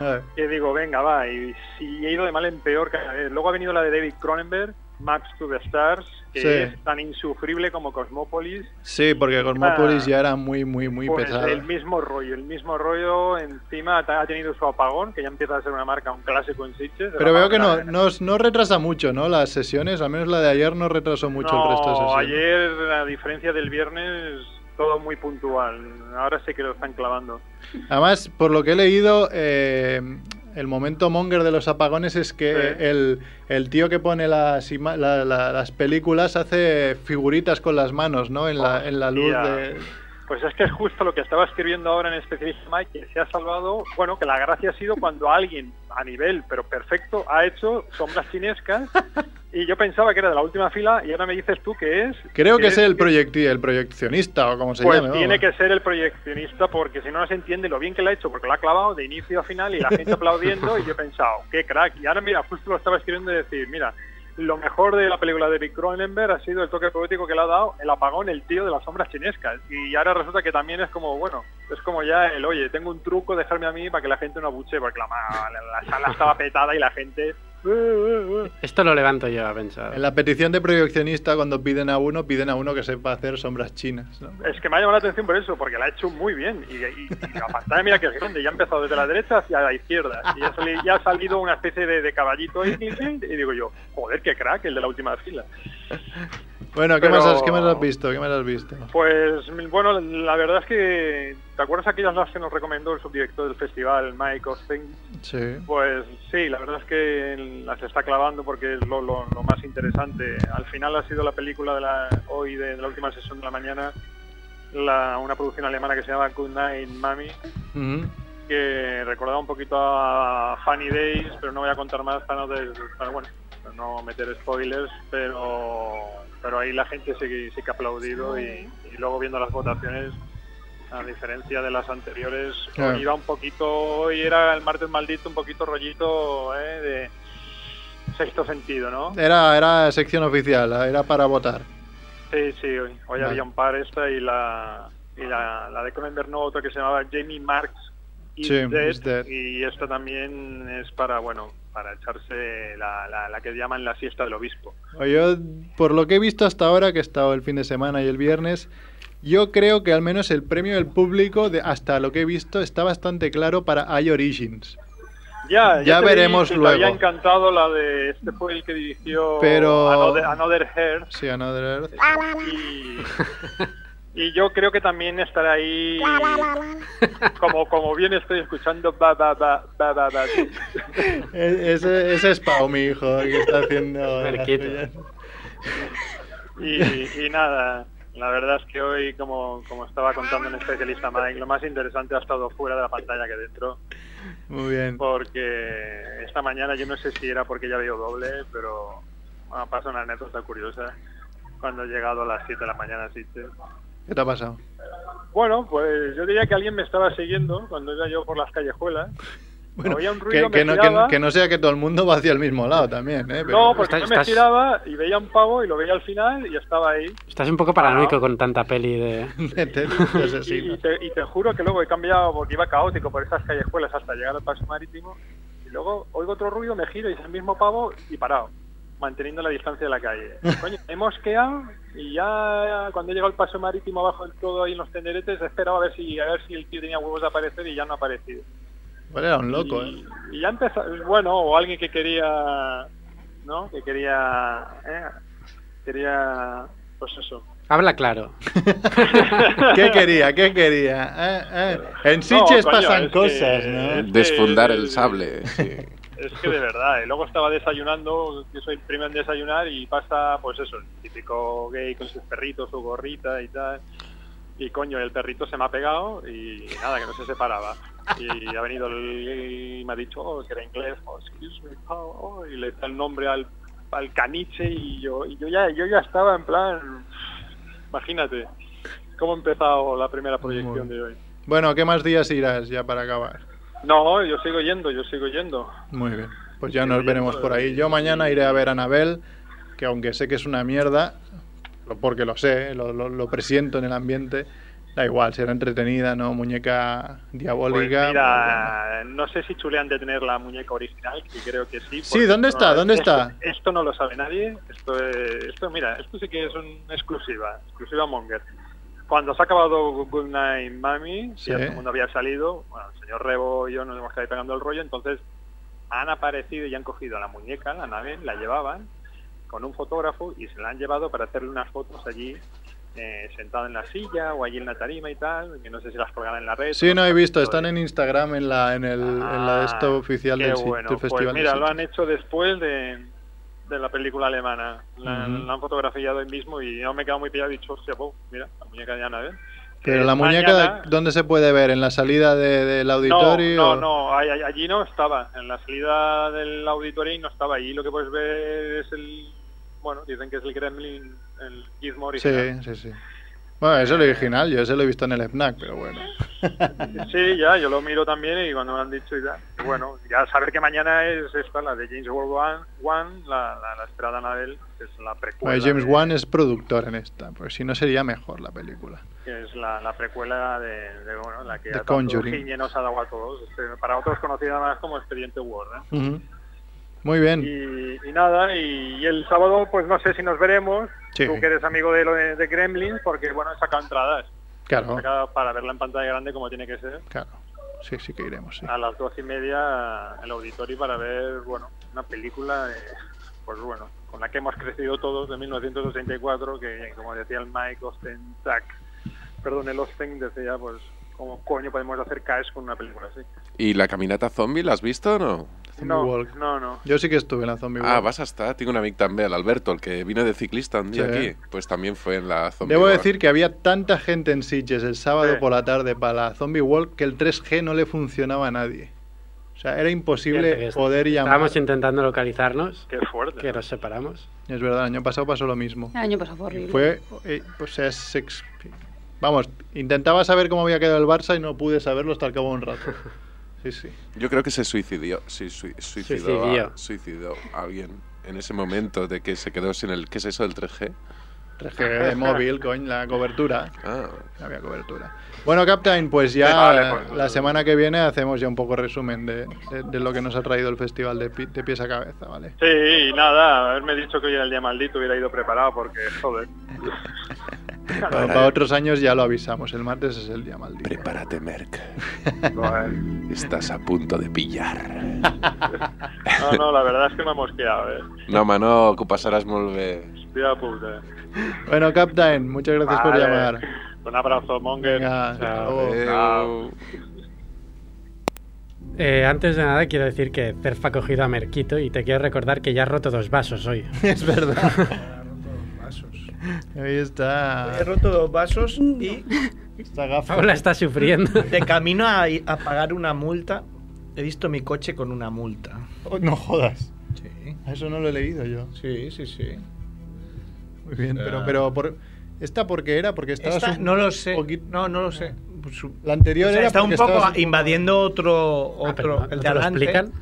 A ver,
que digo, venga, va, y si he ido de mal en peor cada vez. Luego ha venido la de David Cronenberg, Max to the Stars, que
Sí.
es tan insufrible como Cosmópolis.
Sí, porque Cosmopolis ya era muy, muy, muy
Ah. Pues
pesado.
el mismo rollo, el mismo rollo, encima ha ha tenido su apagón, que ya empieza a ser una marca, un clásico en Sitges.
Pero
El
veo que
apagón
no, no, no retrasa mucho, ¿no? Las sesiones, al menos la de ayer no retrasó mucho el resto de
No,
sesiones.
ayer, a diferencia del viernes, todo muy puntual. Ahora sé que lo están clavando.
Además, por lo que he leído, eh, el momento monger de los apagones es que
Sí.
el, el tío que pone las, ima- la- la- las películas hace figuritas con las manos, ¿no? En
Oh,
la, en la luz
Hostia.
de...
Pues es que es justo lo que estaba escribiendo ahora en especialista Mike, que se ha salvado, bueno, que la gracia ha sido cuando alguien a nivel, pero perfecto, ha hecho sombras chinescas y yo pensaba que era de la última fila y ahora me dices tú que es...
Creo que es el,
proyecto
proyecti- el proyeccionista o como se
Pues
llame.
tiene
vamos.
que ser el proyeccionista porque si no, no se entiende lo bien que lo ha hecho, porque lo ha clavado de inicio a final y la gente aplaudiendo y yo he pensado, qué crack. Y ahora mira, justo lo estaba escribiendo y decir, mira, lo mejor de la película de Big Cronenberg ha sido el toque poético que le ha dado el apagón, el tío de las sombras chinescas. Y ahora resulta que también es como, bueno, es como ya el, oye, tengo un truco, dejarme a mí para que la gente no abuche, porque la, ma- la- la sala estaba petada y la gente... "Eh, eh, eh".
Esto lo levanto yo a pensar.
En la petición de proyeccionista, cuando piden a uno, piden a uno que sepa hacer sombras chinas, ¿no?
Es que me ha llamado la atención por eso, porque la ha hecho muy bien. Y, y- y la pantalla, mira que es grande, ya ha empezado desde la derecha hacia la izquierda. Y ya, ha sali- ya ha salido una especie de, de caballito ahí, clink, clink, y digo yo, joder, qué crack, el de la última fila.
Bueno, ¿qué,
Pero-
más has, ¿qué más has visto? ¿Qué más has visto?
Pues, bueno, la verdad es que, ¿te acuerdas aquellas las que nos recomendó el subdirector del festival, Mike Austin?
Sí.
Pues sí, la verdad es que las está clavando porque es lo, lo- lo más interesante. Al final ha sido la película de la, hoy, de, la última sesión de la mañana, la- una producción alemana que se llama Good Night Mami,
Ujú.
que recordaba un poquito a Funny Days, pero no voy a contar más para no, des- para, bueno, para no meter spoilers, pero, pero ahí la gente sí, que- sí que ha aplaudido y, y luego viendo las votaciones, a diferencia de las anteriores,
Claro.
hoy iba un poquito, hoy era el martes maldito, un poquito rollito eh, de sexto sentido, ¿no?
Era, era sección oficial, era para votar.
Sí, sí, hoy, hoy
Vale.
había un par esta y la, y la, la de Cronenberg no, otra que se llamaba Jamie Marks Is
Sí,
Dead,
Is Dead.
y esta también es para, bueno, para echarse la, la, la que llaman la siesta del obispo.
O Pues Yo, por lo que he visto hasta ahora, que he estado el fin de semana y el viernes, yo creo que al menos el premio del público, de, hasta lo que he visto, está bastante claro para iOrigins.
Ya,
Ya
te
veremos
que te
luego.
había encantado la de, este fue el que dirigió
Pero-
Another, Another Earth,
Sí, Another Earth.
Ah,
y, y yo creo que también estará ahí como como bien estoy escuchando ba ba ba ba ba ba
E- Ese, ese es Pau, mi hijo, que está haciendo. las
Cerquita.
suyas.
Y, y nada, la verdad es que hoy, como, como estaba contando un especialista Mike, lo más interesante ha estado fuera de la pantalla que dentro,
Muy bien.
Pues, porque esta mañana yo no sé si era porque ya veo doble, pero bueno, pasa una anécdota curiosa cuando he llegado a las 7 de la mañana. así que-
¿Qué te ha pasado?
Bueno, pues yo diría que alguien me estaba siguiendo cuando iba yo por las callejuelas.
Bueno,
Oía un
que,
ruido, me
que no, que-
giraba.
que no sea que todo el mundo va hacia el mismo lado también, ¿eh? Pero-
No, porque
Estás-
yo me
estás-
giraba y veía un pavo y lo veía al final y estaba ahí.
Estás un poco paranoico con tanta peli de...
de- de- de
Y,
este asesino.
y te, y te juro que luego he cambiado porque iba caótico por esas callejuelas hasta llegar al paso marítimo. Y luego oigo otro ruido, me giro y es el mismo pavo y parado, manteniendo la distancia de la calle. Coño, hemos quedado y ya cuando he llegado al paso marítimo abajo del todo ahí en los tenderetes, he esperado a ver si a ver si el tío tenía huevos de aparecer y ya no ha aparecido.
Bueno, era un loco, ¿eh?
y, y ya empezó, bueno, o alguien que quería, ¿no? Que quería, eh, quería, pues eso.
Habla claro.
¿Qué quería? ¿Qué quería? Eh, eh. En
No,
Sitges
coño,
pasan
es que-
cosas, ¿no?
es que-
Desfundar el sable. sí.
Es que de verdad, eh, luego estaba desayunando, yo soy el primero en desayunar y pasa, pues eso, el típico gay con sus perritos, su gorrita y tal. Y coño, el perrito se me ha pegado y nada, que no se separaba. Y ha venido el gay y me ha dicho, oh, que era inglés, oh, excuse me, how- oh, y le da el nombre al, al caniche y yo, y yo ya, yo ya estaba en plan, imagínate, cómo ha empezado la primera proyección de hoy.
Bueno, ¿qué más días irás ya para acabar?
No, yo sigo yendo, yo sigo yendo.
Muy bien. Pues ya nos veremos por ahí. Yo mañana iré a ver a Anabel, que aunque sé que es una mierda, lo- porque lo sé, lo, lo- lo presiento en el ambiente, da igual, será entretenida, ¿no? Muñeca
Pues
diabólica.
mira, no sé si chulean de tener la muñeca original, que creo que sí.
Sí,
porque
¿dónde
esto-
está? ¿Dónde
esto-
está?
Esto, no lo sabe nadie. Esto, es- esto, mira, esto sí que es una exclusiva, exclusiva Monger. Cuando se ha acabado Good Night Mami,
Sí.
ya todo el mundo había salido, bueno, el señor Rebo y yo nos hemos quedado ahí pegando el rollo, entonces han aparecido y han cogido a la muñeca, la nave, la llevaban con un fotógrafo y se la han llevado para hacerle unas fotos allí eh, sentado en la silla o allí en la tarima y tal, que no sé si las colgarán en la red.
Sí, no he visto,
Todo
están en Instagram en la en el en la esto oficial
Ah, Qué
del, sit-
bueno,
del
pues
festival.
mira,
del
lo
sit-
han hecho después de, de la película alemana. La,
Ujú.
la han fotografiado ahí mismo y yo me he quedado muy pillado y he dicho, hostia, po, mira, la muñeca de Ana, ¿eh?
Pero la
eh,
muñeca,
mañana-
¿dónde se puede ver? ¿En la salida de- del auditorio?
No, no, no, ahí- ahí- allí no estaba. En la salida del auditorio no estaba. Ahí lo que puedes ver es el. Bueno, dicen que es el Kremlin, el gizmo original. Eh.
Sí, sí, sí. Bueno, es el original, yo ese lo he visto en el FNAC, pero bueno.
Sí, ya, yo lo miro también y cuando me han dicho ya. y Bueno, ya saber que mañana es esta, la de James World One, la, la, la esperada Anabel, que es la precuela.
Bueno, James
de-
Wan es productor en esta, porque si no sería mejor la película.
que es la, la precuela de, de, bueno, la que
The
a tanto
Conjuring.
giñe nos ha dado a todos. Este, para otros conocida más como Expediente Word. ¿eh?
Muy bien.
Y, y nada, y, y el sábado pues no sé si nos veremos,
Sí.
tú que eres amigo de, lo de, de Gremlins, porque bueno, he sacado entradas, he
Claro,
sacado para verla en pantalla grande como tiene que ser,
claro. Sí, sí que iremos, sí.
a las doce y media el auditorio para ver, bueno, una película, de- pues bueno, con la que hemos crecido todos de 1984, que como decía el Mike Ostentag, perdón, el Osten decía pues, ¿cómo coño podemos hacer cash con una película así?
¿Y la caminata zombie la has visto o no?
Zombie
No,
Walk.
no, no.
Yo sí que estuve en la Zombie
Ah,
World.
vas a estar. Tengo un amigo también, el Alberto, el que vino de ciclista un día
Sí.
aquí. Pues también fue en la zombie.
Debo
World.
decir que había tanta gente en Sitges el sábado
Sí.
por la tarde para la Zombie Walk que el 3G no le funcionaba a nadie. O sea, era
Fíjate que
imposible
est-
poder llamar.
Estábamos intentando localizarnos,
Qué fuerte.
que nos separamos.
Es verdad, el año pasado pasó lo mismo.
El año pasado fue horrible.
Fue, eh, o sea, es ex- vamos, intentaba saber cómo había quedado el Barça y no pude saberlo hasta el cabo de un rato. Sí, sí.
Yo creo que se suicidió, sí, sui- suicidó,
Suicidió.
a, suicidó a alguien en ese momento de que se quedó sin el... ¿Qué es eso del 3G?
3G de móvil, coño, la cobertura.
Ah,
No había cobertura. Bueno, Captain, pues ya
Vale, pues-
la semana que viene hacemos ya un poco resumen de, de- de lo que nos ha traído el festival de, pi- de pies a cabeza, ¿vale?
Sí, y nada, haberme dicho que hoy era el día maldito hubiera ido preparado porque, joder.
Para, para otros años ya lo avisamos, el martes es el día maldito.
prepárate, Merck.
No,
Estás a punto de pillar.
no, la verdad es que me ha mosqueado, eh.
No, mano, que ho passaràs molt bé.
Hostia puta.
Bueno, Captain, muchas gracias por
eh. Vale.
llamar.
Un abrazo, Monger.
Venga, hasta
Chao.
luego.
Adéu.
Eh, antes de nada, quiero decir que Cerf ha cogido a Merquito y te quiero recordar que ya has roto dos vasos hoy.
Es verdad.
Vasos.
Ahí está.
He roto dos vasos y
Esta gafa.
Paula está sufriendo. Ah,
de camino a, a pagar una multa he visto mi coche con una multa.
Oh, No jodas.
Sí,
Eso no lo he leído yo.
sí, sí, sí.
Muy bien,
Ah.
pero, pero por... ¿esta por qué era? Porque estaba
Esta,
su-
no lo sé.
poquit-
No, no lo sé. Pues su-
La anterior
o sea,
era
está un
porque
poco
estabas-
invadiendo otro.
Ah, pero
otro
¿no- no
de
te lo
adelante.
explican?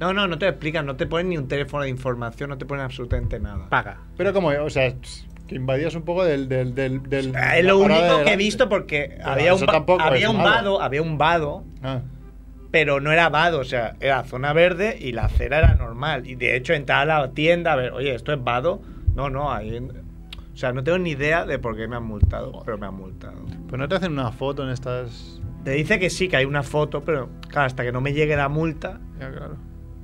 No, no, no te explican, no te ponen ni un teléfono de información, no te ponen absolutamente nada.
Paga.
Pero como, o sea, que invadías un poco del... del, del, del-
Ah, Es lo
la parada
único
de
que he
la-
visto porque
Pero
había un,
eso
ba-
tampoco
había
es
un
malo.
vado, había un vado,
Ah,
pero no era vado, o sea, era zona verde y la acera era normal. Y de hecho entraba a la tienda a ver, oye, ¿esto es vado? No, no, ahí... O sea, no tengo ni idea de por qué me han multado, pero me han multado.
pues no te hacen una foto en estas...
Te dice que sí, que hay una foto, pero claro, hasta que no me llegue la multa,
Ya, claro.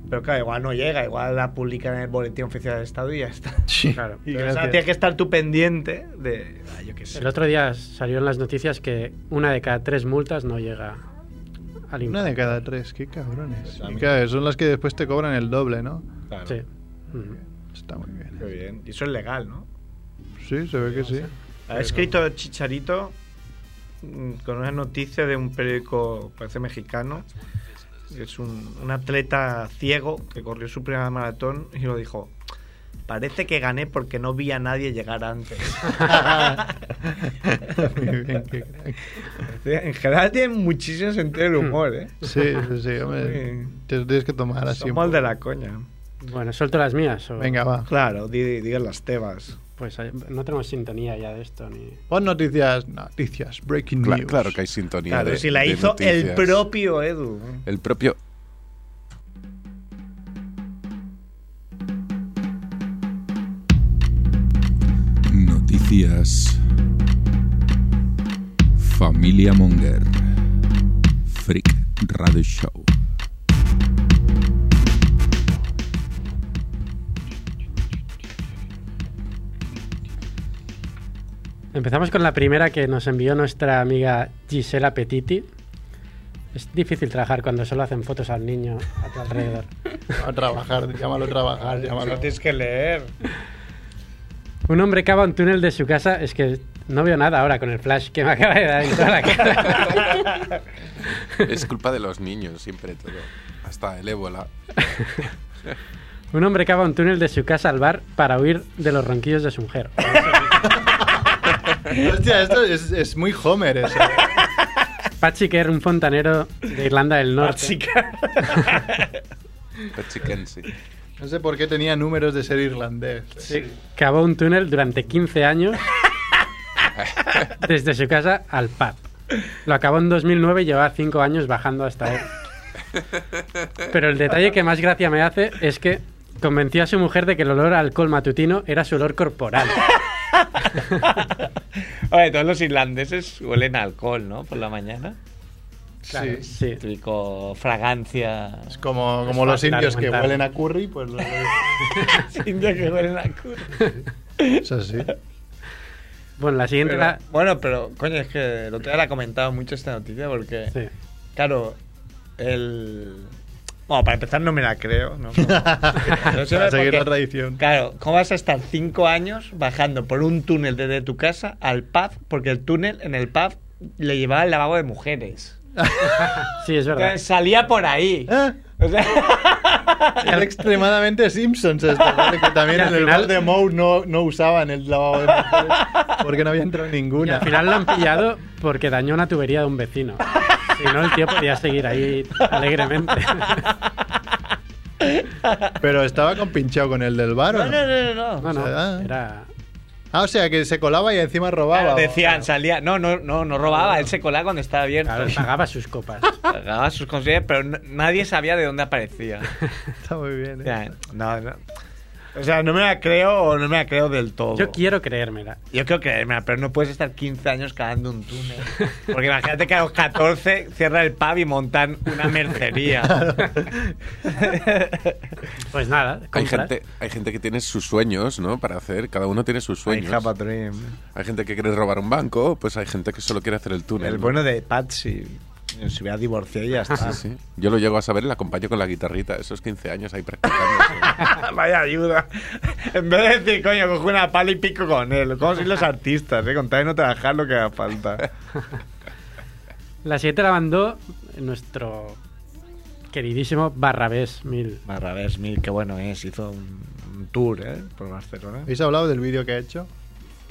pero claro, igual no llega, igual la publican en el boletín oficial del Estado y ya está.
Claro.
Y
Pero, o sea,
gracias.
tienes que estar tú pendiente de... ah, yo qué sé.
El otro día salió en las noticias que una de cada tres multas no llega al
Una de cada tres, qué
Pues
cabrones. Y claro, son las que después te cobran el doble, ¿no?
Claro.
Sí. Mm.
Está muy bien.
Qué bien. Y eso es legal, ¿no?
Sí, se ve que sí.
Ha escrito Chicharito mm, con una noticia de un periódico, parece mexicano. que Es un, un atleta ciego que corrió su primera maratón y lo dijo. Parece que gané porque no vi a nadie llegar antes.
Muy bien, qué crack.
en general tiene muchísimo sentido el humor, ¿eh?
Sí, sí, sí, hombre.
Sí.
Te lo tienes que tomar así. un
Somos
poco.
de la coña.
Bueno, suelto las mías. o-
Venga, va.
Claro, di- digan las tebas.
Pues eh, no tenemos sintonía ya de esto ni.
Pon noticias, noticias, breaking
Cla-
news.
claro que hay sintonía.
Claro,
de-
si la
de
hizo el
noticias.
propio Edu.
El propio.
Noticias. Familia Monger. Freak Radio Show.
Empezamos con la primera que nos envió nuestra amiga Gisela Petiti. Es difícil trabajar cuando solo hacen fotos al niño a tu alrededor.
A trabajar, llámalo trabajar, llámalo.
Lo tienes que leer.
Un hombre cava un túnel de su casa. Es que no veo nada ahora con el flash que me acaba de dar en toda la cara.
Es culpa de los niños, siempre todo. Hasta el ébola.
Un hombre cava un túnel de su casa al bar para huir de los ronquillos de su mujer.
Hostia, esto es, es muy Homer, eso.
Patsy, que era un fontanero de Irlanda del Norte.
Pachikensi.
No sé por qué tenía números de ser irlandés.
Sí, Cavó un túnel durante 15 años desde su casa al pub. Lo acabó en 2009 y llevaba 5 años bajando hasta él. Pero el detalle que más gracia me hace es que convenció a su mujer de que el olor a alcohol matutino era su olor corporal.
Oye, todos los irlandeses huelen a alcohol, ¿no? Por la mañana.
Sí.
Sí.
Típico fragancia.
Es como, como los
fácil
indios que
argumentar.
huelen a curry, pues los-
Indios que huelen a alcohol.
es así.
Bueno, la siguiente
Pero-
la-
bueno, pero coño, es que el otro día la comentaba mucho esta noticia porque,
sí.
claro, el. Bueno, para empezar no me la creo, ¿no?
Para
sé por
seguir
qué.
la tradición.
Claro, ¿cómo vas a estar cinco años bajando por un túnel desde tu casa al pub? Porque el túnel en el pub le llevaba el lavabo de mujeres.
Sí, es verdad.
Entonces, salía por ahí.
Ah,
O sea,
era extremadamente Simpsons esto, ¿vale? que también
Y al
en el
final-
bar de Moe no, no usaban el lavabo de mujeres porque no había entrado
Y
ninguna.
al final lo han pillado porque dañó una tubería de un vecino. Si no, el tío podía seguir ahí alegremente.
Pero estaba compinchado con el del bar, ¿o
no,
no?
no, no, no. no.
No, no,
Ah.
era...
Ah, o sea, que se colaba y encima robaba.
Claro,
o-
decían, salía. No, no, no, no robaba. Él se colaba cuando estaba abierto.
Claro, él pagaba sus copas.
Pagaba sus consejeros, pero n- nadie sabía de dónde aparecía.
Está muy bien.
O
¿eh?
sea,
No, no. O sea, no me la creo o no me la creo del todo.
Yo quiero creérmela.
Yo creo que, mira, pero no puedes estar 15 años cavando un túnel. Porque imagínate que a los 14 cierra el pub y montan una mercería.
Pues nada,
Hay
compras.
gente, hay gente que tiene sus sueños, ¿no? Para hacer. Cada uno tiene sus
I
sueños.
have a dream.
Hay gente que quiere robar un banco, pues hay gente que solo quiere hacer el túnel.
El
¿no?
bueno de Patsy. Se hubiera divorciado y ya está.
Sí, sí. Yo lo llego a saber y la acompaño con la guitarrita. Esos 15 años ahí practicando.
Vaya ayuda. En vez de decir, coño, cojo una pala y pico con él. ¿Cómo sois los artistas? Eh? Con tal de no trabajar lo que haga falta.
La 7 la mandó nuestro queridísimo Barrabés Mil.
Marravés Mil, qué bueno es. Hizo un, un tour ¿eh? por Barcelona.
¿Habéis hablado del vídeo que ha hecho?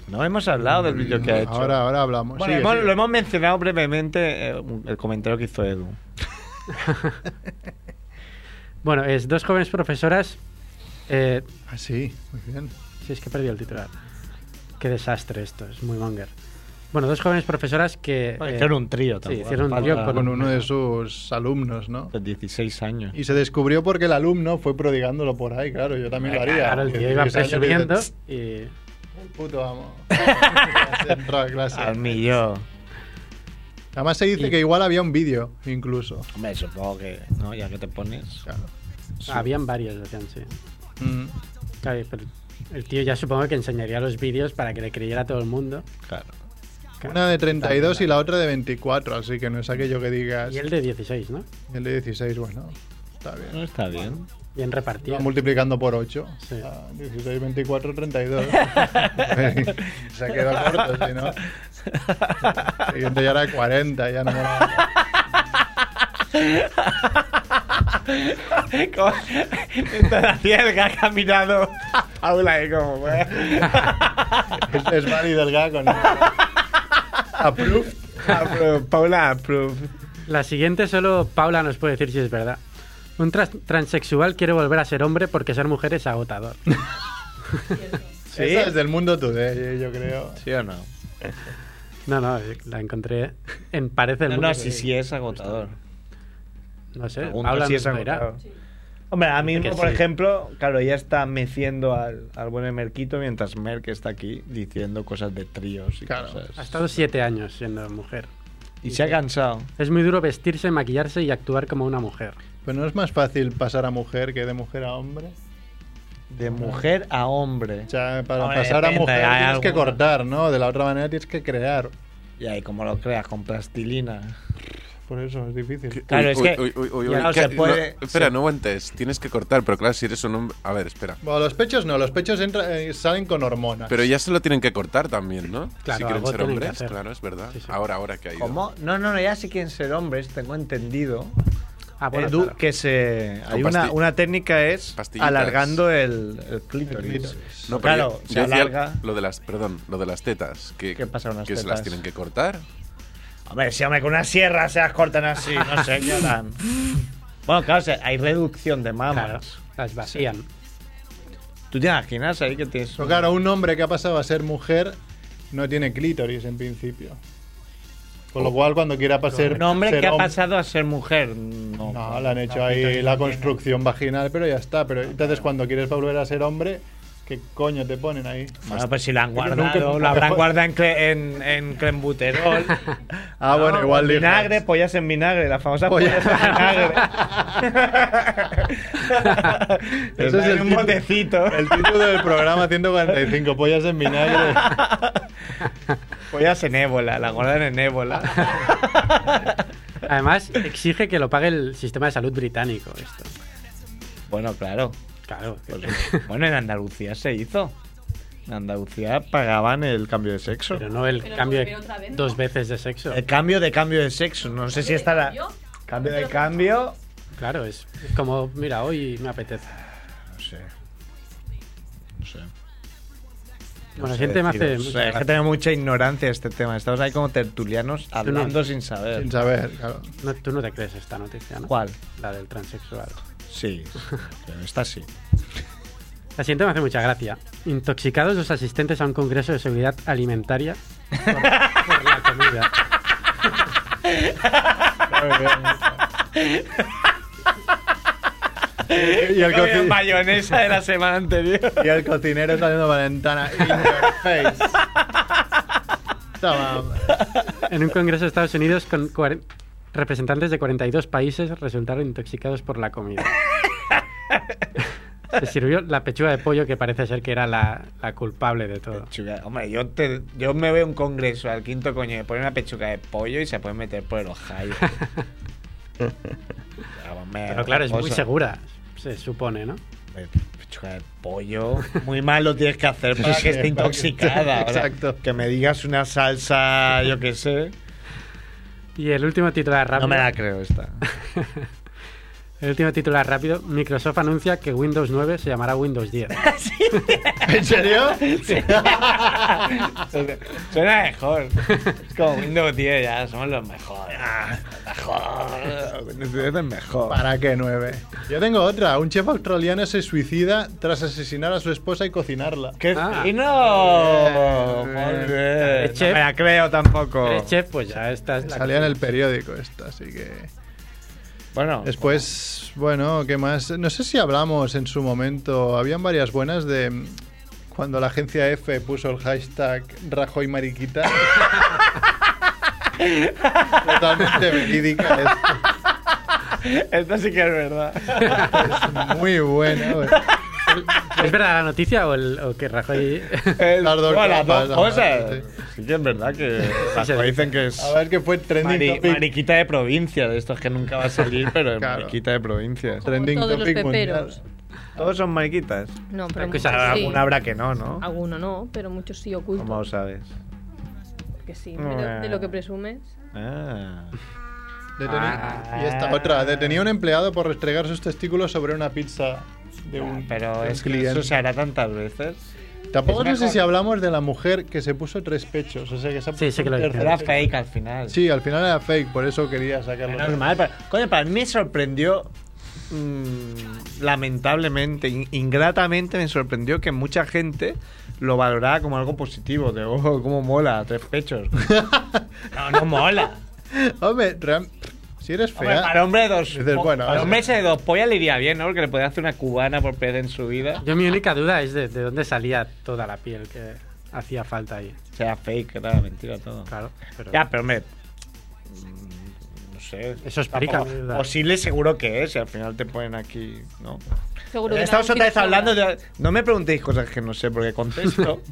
No hemos hablado del vídeo que ha hecho.
Mm, Ahora, ahora hablamos.
Bueno,
Sigue,
hemos-
sigue.
lo hemos mencionado brevemente eh, el comentario que hizo Edu.
Bueno, es dos jóvenes profesoras. eh,
Ah, sí, muy bien.
si es que he perdido el titular. Qué desastre esto, es muy monger. Bueno, dos jóvenes profesoras que.
Bueno,
eh,
hicieron un trío
sí,
también.
hicieron un trío
Con uno de sus alumnos, ¿no?
16 años.
Y se descubrió porque el alumno fue prodigándolo por ahí, claro, yo también lo haría.
Claro, el tío iba presumiendo y.
El puto amo. Entró a clase.
Al millón.
Además se dice que igual había un vídeo, incluso.
Hombre, supongo que, ¿no? Ya que te pones.
Claro.
Habían varios, decían, sí.
Mm.
Claro, pero el tío ya supongo que enseñaría los vídeos para que le creyera a todo el mundo. Claro.
Una de 32 y la otra de 24, así que no es aquello que digas.
Y el de 16, ¿no?
El de 16, bueno, está bien.
No está Mm, bien.
Bien repartido.
Va multiplicando por Ah, 8. 16, 24, 32. Se ha quedado corto, si no. El siguiente ya era 40, ya no.
Como- Mientras hacía el gag ha mirado a Paula y como... ¿eh? "Bueno".
Es, es válido el gag, ¿no? Approved.
Paula, approve.
La siguiente solo Paula nos puede decir si es verdad. Un trans- transexual quiere volver a ser hombre porque ser mujer es agotador.
¿Sí? es del mundo today, eh, yo creo.
¿Sí o no?
No, no, eh, la encontré en Parece el
No,
Mundo.
no, sí, sí es agotador.
No sé,
Pregunta
Paula
si
nos
es
lo dirá.
agotado. Hombre, ahora
Que
mismo, por
sí.
ejemplo, claro, ella está meciendo al, al buen Merquito mientras Merck está aquí diciendo cosas de tríos y
Ha
cosas.
estado siete años siendo mujer.
Y se ha cansado.
Es muy duro vestirse, maquillarse y actuar como una mujer.
Pero no es más fácil pasar a mujer que de mujer a hombre.
De mujer a hombre.
O sea, para
Hombre,
pasar a
depende,
mujer
hay
tienes que
algunos.
cortar, ¿no? De la otra manera tienes que crear.
Y ahí, ¿cómo lo creas? Con plastilina.
Por eso es difícil.
Claro,
Uy,
es
uy,
que-
uy, uy, uy,
ya
uy,
no
que-
se puede-
no, espera,
se-
no aguantes. Tienes que cortar, pero claro, si eres un hombre. A ver, espera.
Bueno, los pechos no, los pechos entra- eh, salen con hormonas.
Pero ya se lo tienen que cortar también, ¿no?
Claro,
si quieren
algo
ser
tienen que
hombres,
hacer.
claro, es verdad. Ahora, ahora que ha ido.
¿Cómo? No, no, no, ya sí quieren ser hombres, tengo entendido.
Ah, bueno,
este, Edu,
claro.
que se.
Con
Hay una,
pasti-
una técnica es
pastillitas.
alargando el, el clítoris.
No, pero
claro,
yo-
se
yo decía
alarga.
Lo de las, perdón, lo de las tetas. Que,
¿Qué pasa con las
que se
tetas?
las tienen que cortar.
Hombre, si hombre, con una sierra se las cortan así, no sé qué harán. Bueno, claro, o sea, hay reducción de
Claro,
mamas.
las vacían.
¿Tú te imaginas ahí que tienes
Pero claro, un hombre que ha pasado a ser mujer no tiene clítoris en principio. Con lo cual, cuando quiera pasar.
Oh. un hombre
ser
que ha
hombre-
pasado a ser mujer? No,
No, le han hecho ahí la construcción vaginal, pero ya está. Pero entonces, cuando quieres volver a ser hombre, ¿qué coño te ponen ahí?
Bueno, pues si la han
Nunca-
guardado,
nunca-
lo habrán guardado en, cle- en, en clenbuterol.
Ah, bueno,
No,
igual dijo.
Vinagre, pollas en vinagre, la famosa pollas en vinagre.
Ese es el
un
título-
botecito.
El título del programa 145, pollas en vinagre.
Pollas en ébola, la guardan en ébola.
Además, exige que lo pague el sistema de salud británico. Esto.
bueno, claro.
Claro.
Pues, bueno, en Andalucía se hizo. En Andalucía pagaban el cambio de sexo.
Pero no el
Pero
cambio
volver otra
de
vez, ¿no?
dos veces de sexo.
El cambio de cambio de sexo. No sé si estará.
Cambio de cambio.
Claro, es como, mira, hoy me apetece.
No sé. No sé.
Bueno,
sé
la gente me hace...
deciros. O sea, es que tengo mucha ignorancia de este tema. Estamos ahí como tertulianos hablando sin saber.
Sin saber, claro.
No, tú no te crees esta noticia, ¿no?
¿Cuál?
La del transexual.
Sí. Pero esta sí.
La siguiente me hace mucha gracia. Intoxicados los asistentes a un congreso de seguridad alimentaria por, por la comida.
Y el,
Comí
coci-
mayonesa de la semana anterior.
y el cocinero está haciendo valentana. In your face. Toma, hombre.
En un congreso de Estados Unidos con cuaren- representantes de 42 países resultaron intoxicados por la comida. Se sirvió la pechuga de pollo que parece ser que era la, la culpable de todo.
Pechuga- Hombre, yo, te- yo me veo un congreso al quinto coño y ponen una pechuga de pollo y se puede meter por el Ohio.
Pero claro, es muy segura, se supone, ¿no?
Pechuga eh, de pollo. Muy mal lo tienes que hacer para
Sí,
que esté
para que-
intoxicada. ahora.
Exacto.
que me digas una salsa, yo qué sé.
Y el último titular rápido.
No me la creo esta.
El último titular rápido. Microsoft anuncia que Windows 9 se llamará Windows 10.
¿En serio?
Suena mejor. Es como Windows 10, ya somos los mejores. Ah, mejor. Windows 10 es mejor.
¿Para qué nueve? Yo tengo otra. Un chef australiano se suicida tras asesinar a su esposa y cocinarla.
¡Qué
Ah.
fino! Muy bien.
¿Eres chef?
No me la creo tampoco.
Eres chef, pues ya esta es la
Oh. Salía en el periódico esta, así que...
Bueno,
Después, bueno, ¿qué más? No sé si hablamos en su momento. Habían varias buenas de mm, cuando la agencia F puso el hashtag Rajoy Mariquita. Totalmente verídica esto.
esta sí que es verdad.
Es muy buena. pues. güey. Es
¿Es verdad la noticia o, el, o que Rajoy.?
Las
Bueno,
dos cosas,
las dos
la
cosas.
verdad, Sí que es verdad que Rajoy dicen que es...
A ver qué fue trending
Mari-
topic.
Mariquita de provincia, de estos que nunca va a salir, pero es mariquita de provincia.
Trending
todos los topic peperos.
Todos son mariquitas.
No, pero
Alguna
muchos sí.
habrá que no, ¿no?
Alguno no, pero muchos sí oculto.
¿Cómo sabes?
Que sí, de, de lo que presumes.
Ah.
Deteni-
Ah,
Y esta otra, detenía un empleado por restregar sus testículos sobre una pizza de un de
Pero
un
es que
cliente.
eso se hará tantas veces.
Tampoco
Es
no
una
sé si
cosa-
hablamos de la mujer que se puso tres pechos, o sea que esa
Era fake al final.
Sí, al final era fake, por eso quería sacarlo.
Normal, pero- coño, para mí me sorprendió, mm, lamentablemente, in- ingratamente me sorprendió que mucha gente lo valoraba como algo positivo, de, oh, cómo mola, tres pechos. no, no mola.
Hombre, real- si eres fea.
Hombre, para hombre de dos,
¿eh? dices, bueno,
para
o
hombre
sea,
ese de dos pollas le iría bien, ¿no? Porque le podía hacer una cubana por vez en su vida.
Yo mi única duda es de, de dónde salía toda la piel que hacía falta ahí.
O sea, fake, era mentira todo.
Claro, pero-
Ya, pero hombre. mm, No sé.
Eso explica,
Tampoco-
¿verdad?
Posible seguro que es, y al final te ponen aquí, ¿no?
Seguro que
Estamos
era un
otra vez
girasol.
hablando de. No me preguntéis cosas que no sé, porque contesto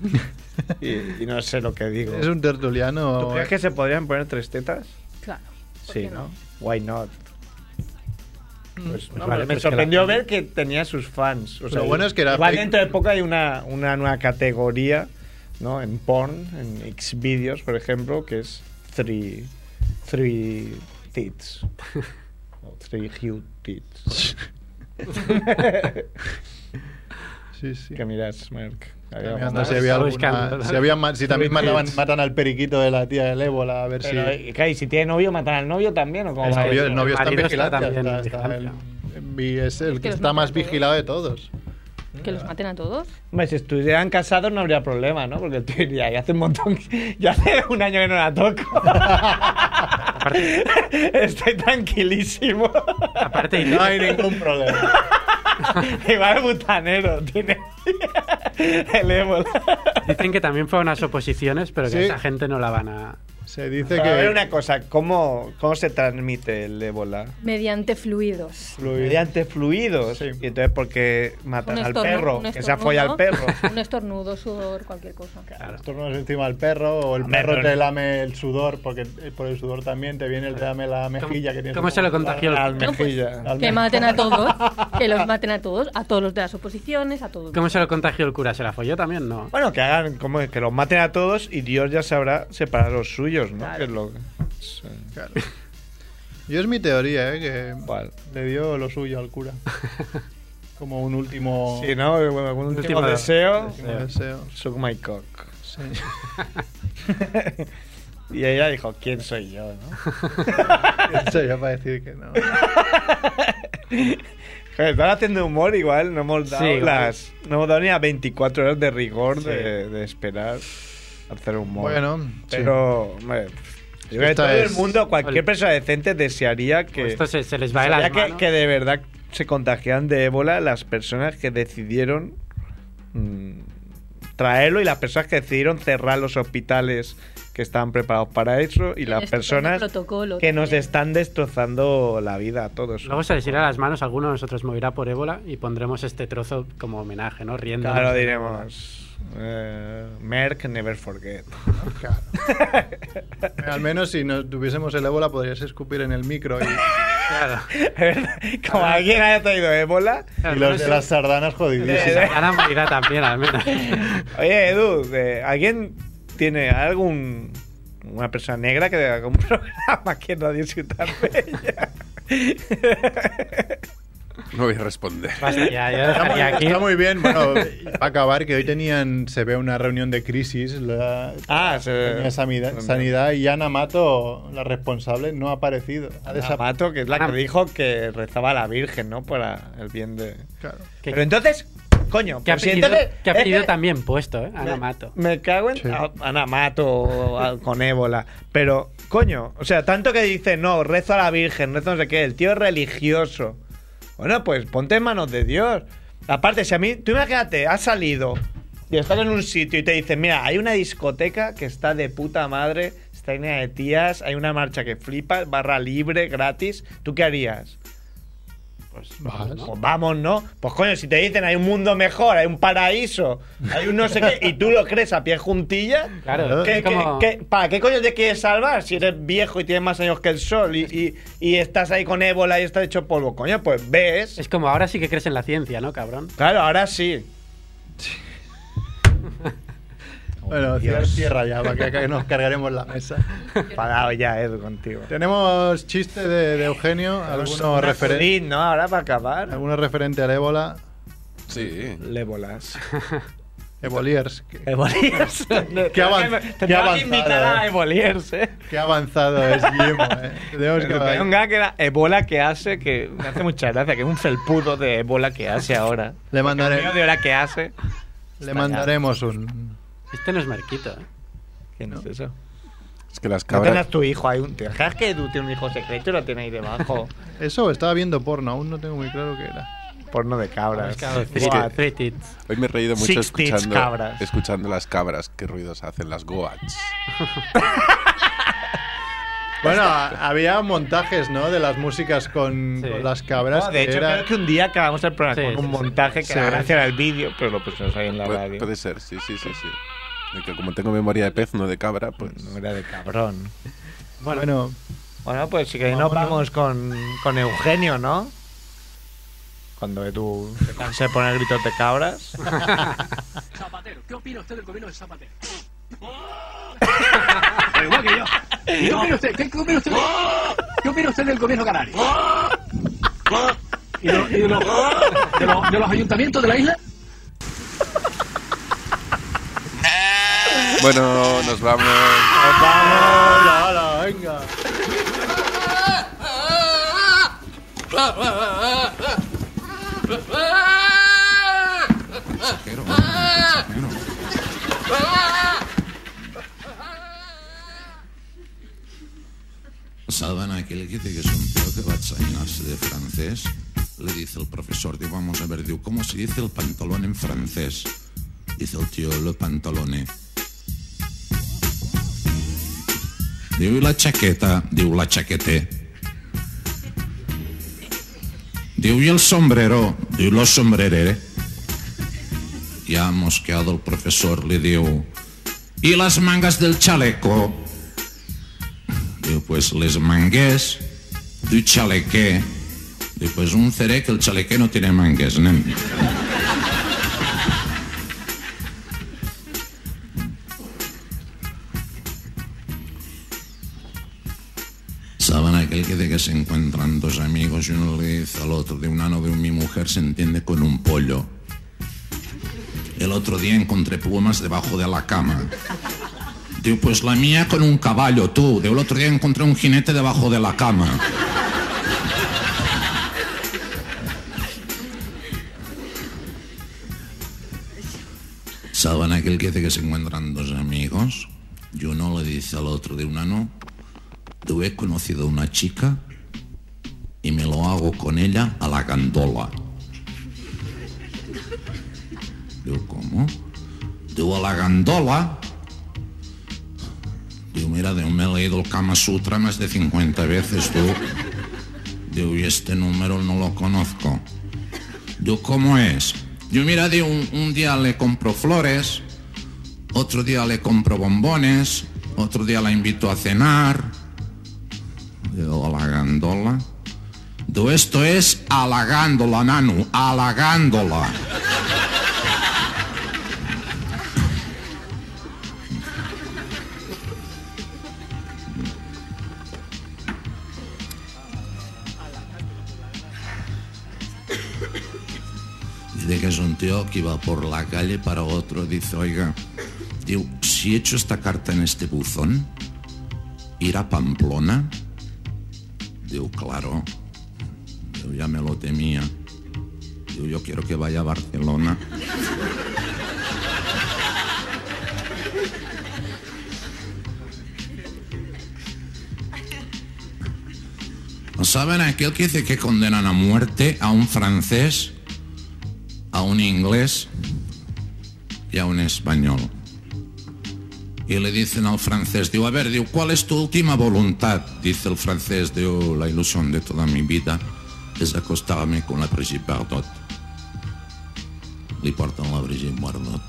y, y no sé lo que digo.
Es un tertuliano.
¿Tú crees que se podrían poner tres tetas?
Claro.
Sí, ¿no? Why not? Pues,
Pues
no,
vale,
me
pues
sorprendió
que la-
ver que tenía sus fans. O sea,
Lo bueno es que era
igual
fake.
dentro de poco hay una, una nueva categoría, ¿no? En porn, en Xvideos, por ejemplo, que es three, three tits. o three huge tits.
sí, sí.
Que miras, Mark. Había
mirando
una-
si había alguna- si había ma- si también mataban- matan al periquito de la tía del ébola, a ver si.
Pero, y, claro, y si tiene novio, matan al novio también, ¿o cómo
El
va
novio,
eso?
el novio está en vigilancia. está- está el- y es el que
los
está
matan
más
todos.
vigilado de todos.
Que
Mm.
los maten a todos.
Hombre, si estuvieran casados no habría problema, ¿no? Porque el tío diría, ya hace un montón, ya hace un año que no la toco. Estoy tranquilísimo.
Aparte,
No hay ningún problema.
Igual el butanero tiene el ébola.
Dicen que también fue a unas oposiciones, pero que
Sí.
esa gente no la van a.
Se
Pero A ver una cosa, ¿cómo, cómo se transmite el ébola?
Mediante fluidos.
Mediante fluidos. Y entonces, porque matan
Un
al
estornu-
perro?
un
Que se ha follado al
estornudo,
perro.
Un estornudo, sudor, cualquier cosa. Claro.
Estornudas encima al perro o el
Hombre,
perro
pero-
te lame el sudor, porque eh, por el sudor también te viene el te lame la mejilla que tienes.
cómo se lo contagió el-
Al
No, pues,
mejilla. al
Que
me-
maten a todos. Que los maten a todos. A todos los de las oposiciones, a todos.
¿Cómo se lo contagió el cura? ¿Se la folló también? No.
Bueno, que hagan, como que los maten a todos y Dios ya sabrá separar los suyos, ¿no? Que es lo- sí.
Yo es mi teoría, ¿eh? Que le dio lo suyo al cura. Como un último.
Sí, ¿no? Bueno, algún
Un
último,
último deseo.
deseo.
Último deseo.
Suck my cock. y ella dijo, ¿quién soy yo? ¿no?
soy yo para decir que no?
Joder, Están haciendo humor igual, no hemos dado,
Sí, igual.
las, no hemos dado ni a 24 horas de rigor de, de esperar hacer humor.
Bueno, sí.
pero hombre, yo creo que
Esto
todo el
es-
mundo, cualquier persona decente desearía que
Esto se- se les va de las
desearía Pues que-
manos.
que de verdad se contagiaran de ébola las personas que decidieron mm, traerlo y las personas que decidieron cerrar los hospitales que estaban preparados para eso y las
Estupendo
personas
protocolo
que nos están destrozando la vida a todos.
Luego se les irá a las manos, alguno de nosotros morirá por ébola y pondremos este trozo como homenaje, ¿no? Riendo.
Claro, diremos. eh, Merck never forget.
Al menos si no tuviésemos el ébola podrías escupir en el micro. Y,
Claro.
Como alguien haya traído ébola.
y los de las sardanas jodidísimos.
Ahora morirá también, al menos.
Oye, Edu, eh, ¿alguien tiene algún. una persona negra que haga un programa que no disfruta de ella?
No voy a responder.
Está muy- Está muy bien, bueno, para acabar, que hoy tenían, se ve una reunión de crisis, la,
ah, se,
sanidad, sanidad y Ana Mato, la responsable, no ha aparecido. Ha
Ana
desaparecido.
Mato, que es la que dijo que rezaba a la Virgen, ¿no? Para el bien de.
Claro.
Pero entonces, coño,
Que ha
pues si
pedido,
entonces-
que ha
es
pedido
que-
también puesto, ¿eh? Ana Mato.
Me cago en a- Anamato al- con ébola. Pero, coño, o sea, tanto que dice, no, rezo a la Virgen, rezo no sé qué, el tío es religioso. Bueno, pues ponte en manos de Dios. Aparte, si a mí, tú imagínate, has salido y estás en un sitio y te dicen, mira, hay una discoteca que está de puta madre, está llena de tías, hay una marcha que flipas, barra libre, gratis, ¿tú qué harías? Pues vamos, ¿no? Pues coño, si te dicen hay un mundo mejor, hay un paraíso, hay un no sé qué, y tú lo crees a pie juntilla,
Claro,
¿qué-
es como-
qué- qué- ¿para qué coño te quieres salvar si eres viejo y tienes más años que el sol y, y- y estás ahí con ébola y estás hecho polvo? Coño, pues ves.
Es como ahora sí que crees en la ciencia, ¿no, cabrón?
Claro, ahora sí.
Bueno,
Dios.
cierra ya, para que acá nos cargaremos la mesa.
Parado ya, Edu, contigo.
Tenemos chiste de, de Eugenio, alguno
Una
referente.
Judith, ¿no? Ahora para acabar.
Alguno referente al ébola.
Sí.
Lébolas.
Evoliers. que-
Evoliers.
Qué, avan-
Tendrá que-
qué
tendrá que
avanzado,
invitar a
eh.
Evoliers, ¿eh?
Qué avanzado es Guillermo, eh. Tenemos que-
Pero hay un gag que era Ebola que hace, que me hace mucha gracia, que es un felpudo de Ebola que hace ahora.
Le mandaré-
Porque el mío de ahora que hace.
Le mandaremos un.
Este no es Marquito, ¿eh?
¿Qué no es eso?
Es que las
No
cabras.
tengas tu hijo ahí. un- ¿Te imaginas que Edu tiene un hijo secreto y lo tiene ahí debajo?
Eso, estaba viendo porno, aún no tengo muy claro qué era.
Porno de cabras.
Three-
Buah,
Three tits.
Hoy me he reído mucho
Six tits
escuchando,
cabras.
escuchando las cabras, qué ruidos hacen las goats.
Bueno, a- había montajes, ¿no? De las músicas con, con las cabras.
No, de hecho,
era-
creo que un día acabamos el programa
Sí,
con
sí,
un
sí.
montaje que
Sí.
la gracia era el vídeo, pero lo pusimos ahí en la
Puede-
radio.
Puede ser, sí, sí, sí, sí. Y que como tengo memoria de pez, no de cabra, pues.
Memoria de cabrón.
Bueno,
Bueno,
Bueno, pues si queréis nos vamos con, con Eugenio, ¿no? Cuando Edu se canse de poner gritos de cabras.
Zapatero, ¿qué opina usted del gobierno de Zapatero?
Igual que yo.
¿Qué opina usted? ¿Qué, qué opina usted? ¿Qué opina usted del gobierno canario? ¿Y, de, y de los, de los- de los ayuntamientos de la isla?
Bueno, nos vamos.
¡Hola, hola, venga!
Salvan a aquell que digués un tio que va ensenyar-se de francès. Le dice el profesor, diu, vamos a ver, diu, ¿cómo se dice el pantalón en francés? Dice el tío, le pantalone. Diu, "I la chaqueta? Diu, la chaquete. Diu, ¿y el sombrero? Diu, lo sombrerere. Ya mosqueado el profesor le diu, ¿y las mangas del chaleco? Diu, pues les mangués du chalequé. Diu, pues un ceré que el chalequé no tiene mangués, nen. Saben aquel que de que se encuentran dos amigos y uno le dice al otro, de un ano de mi mujer se entiende con un pollo. El otro día encontré plumas debajo de la cama. Digo, pues la mía con un caballo, tú. Digo, el otro día encontré un jinete debajo de la cama. Salvan aquel que dice que se encuentran dos amigos y uno le dice al otro de un ano, tú he conocido una chica y me lo hago con ella a la gandola. Digo, ¿cómo? Digo, a la gandola Digo, mira, de me he leído el Kama Sutra más de 50 veces, tú. Digo, y este número no lo conozco. Digo, ¿cómo es? Yo mira, digo, un, un día le compro flores, otro día le compro bombones, otro día la invito a cenar. Digo, a la gandola. Digo, esto es halagándola, Nanu, halagándola. Dice que es un tío que iba por la calle para otro. Dice, oiga, digo, si echo esta carta en este buzón, ¿ir a Pamplona? Digo, claro. Digo, ya me lo temía. Digo, yo quiero que vaya a Barcelona. ¿Saben aquel que dice que condenan a muerte a un francés a un inglés y a un español. Y le dicen al francés, digo, a ver, digo, ¿cuál es tu última voluntad? Dice el francés, digo, la ilusión de toda mi vida es acostarme con la Brigitte Bardot. Le portan la Brigitte Bardot.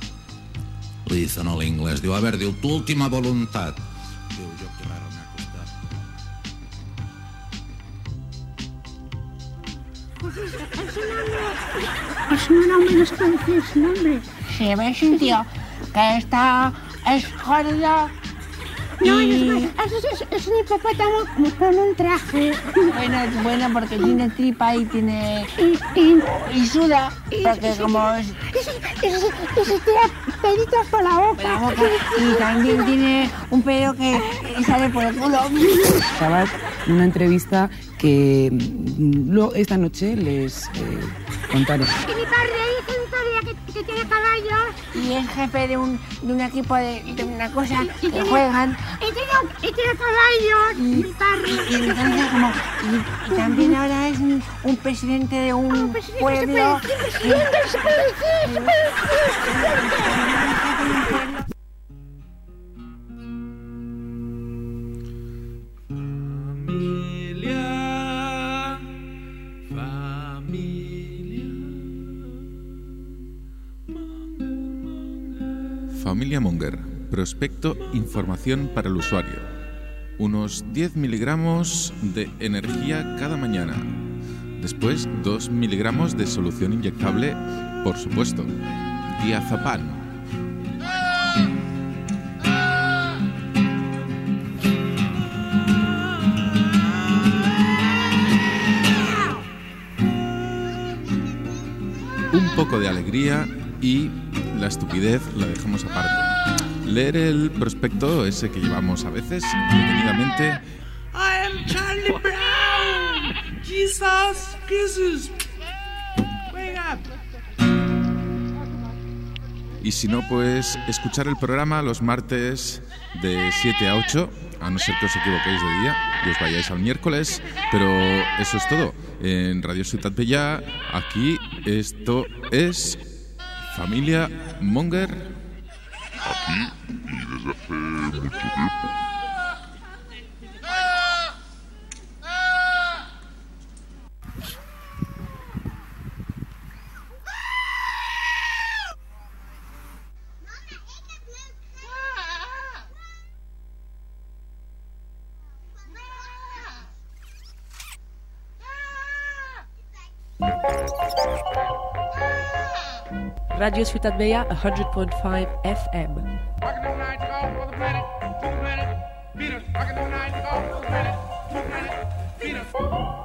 Le dicen al inglés, diu, a ver, diu, tu última voluntad. Diu, jo quedar-me acostat.
Es un hombre, es un hombre.
Si ves un tío que está es gordo
No,
y-
es, es, es, es un hipopótamo con un traje.
bueno, es bueno porque tiene tripa y tiene y, suda porque como es
Y se, y se, y se tira pelitos por la boca.
la boca y también tiene un pelo que sale por el culo.
Estaba en una entrevista que mm, lo- esta noche les eh, contaron.
Y mi padre dice un padre que, que tiene caballos.
Y es jefe de un, de un equipo de, de una cosa
Y
que
tiene-
juegan.
Y tiene, y tiene caballos, mi padre.
Y entonces como y, y también ahora es un, un presidente de
Ah,
un pueblo.
Familia, familia.
Familia Monger. Prospecto información para el usuario. Unos 10 miligramos de energía cada mañana. Después 2 miligramos de solución inyectable, por supuesto. Diazapán. Un poco de alegría y la estupidez la dejamos aparte. Leer el prospecto ese que llevamos a veces detenidamente
I am Charlie Brown. Jesus kisses. Wake up.
y si no, pues escuchar el programa los martes de 7 a 8, a no ser que os equivoquéis de día y os vayáis al miércoles, pero eso es todo. En Radio Ciudad Bella, aquí esto es Familia Monger.
Ah,
Radio Ciudad Bella 100.5 FM.
Venus, I can do nine to go. Venus, Venus, Venus.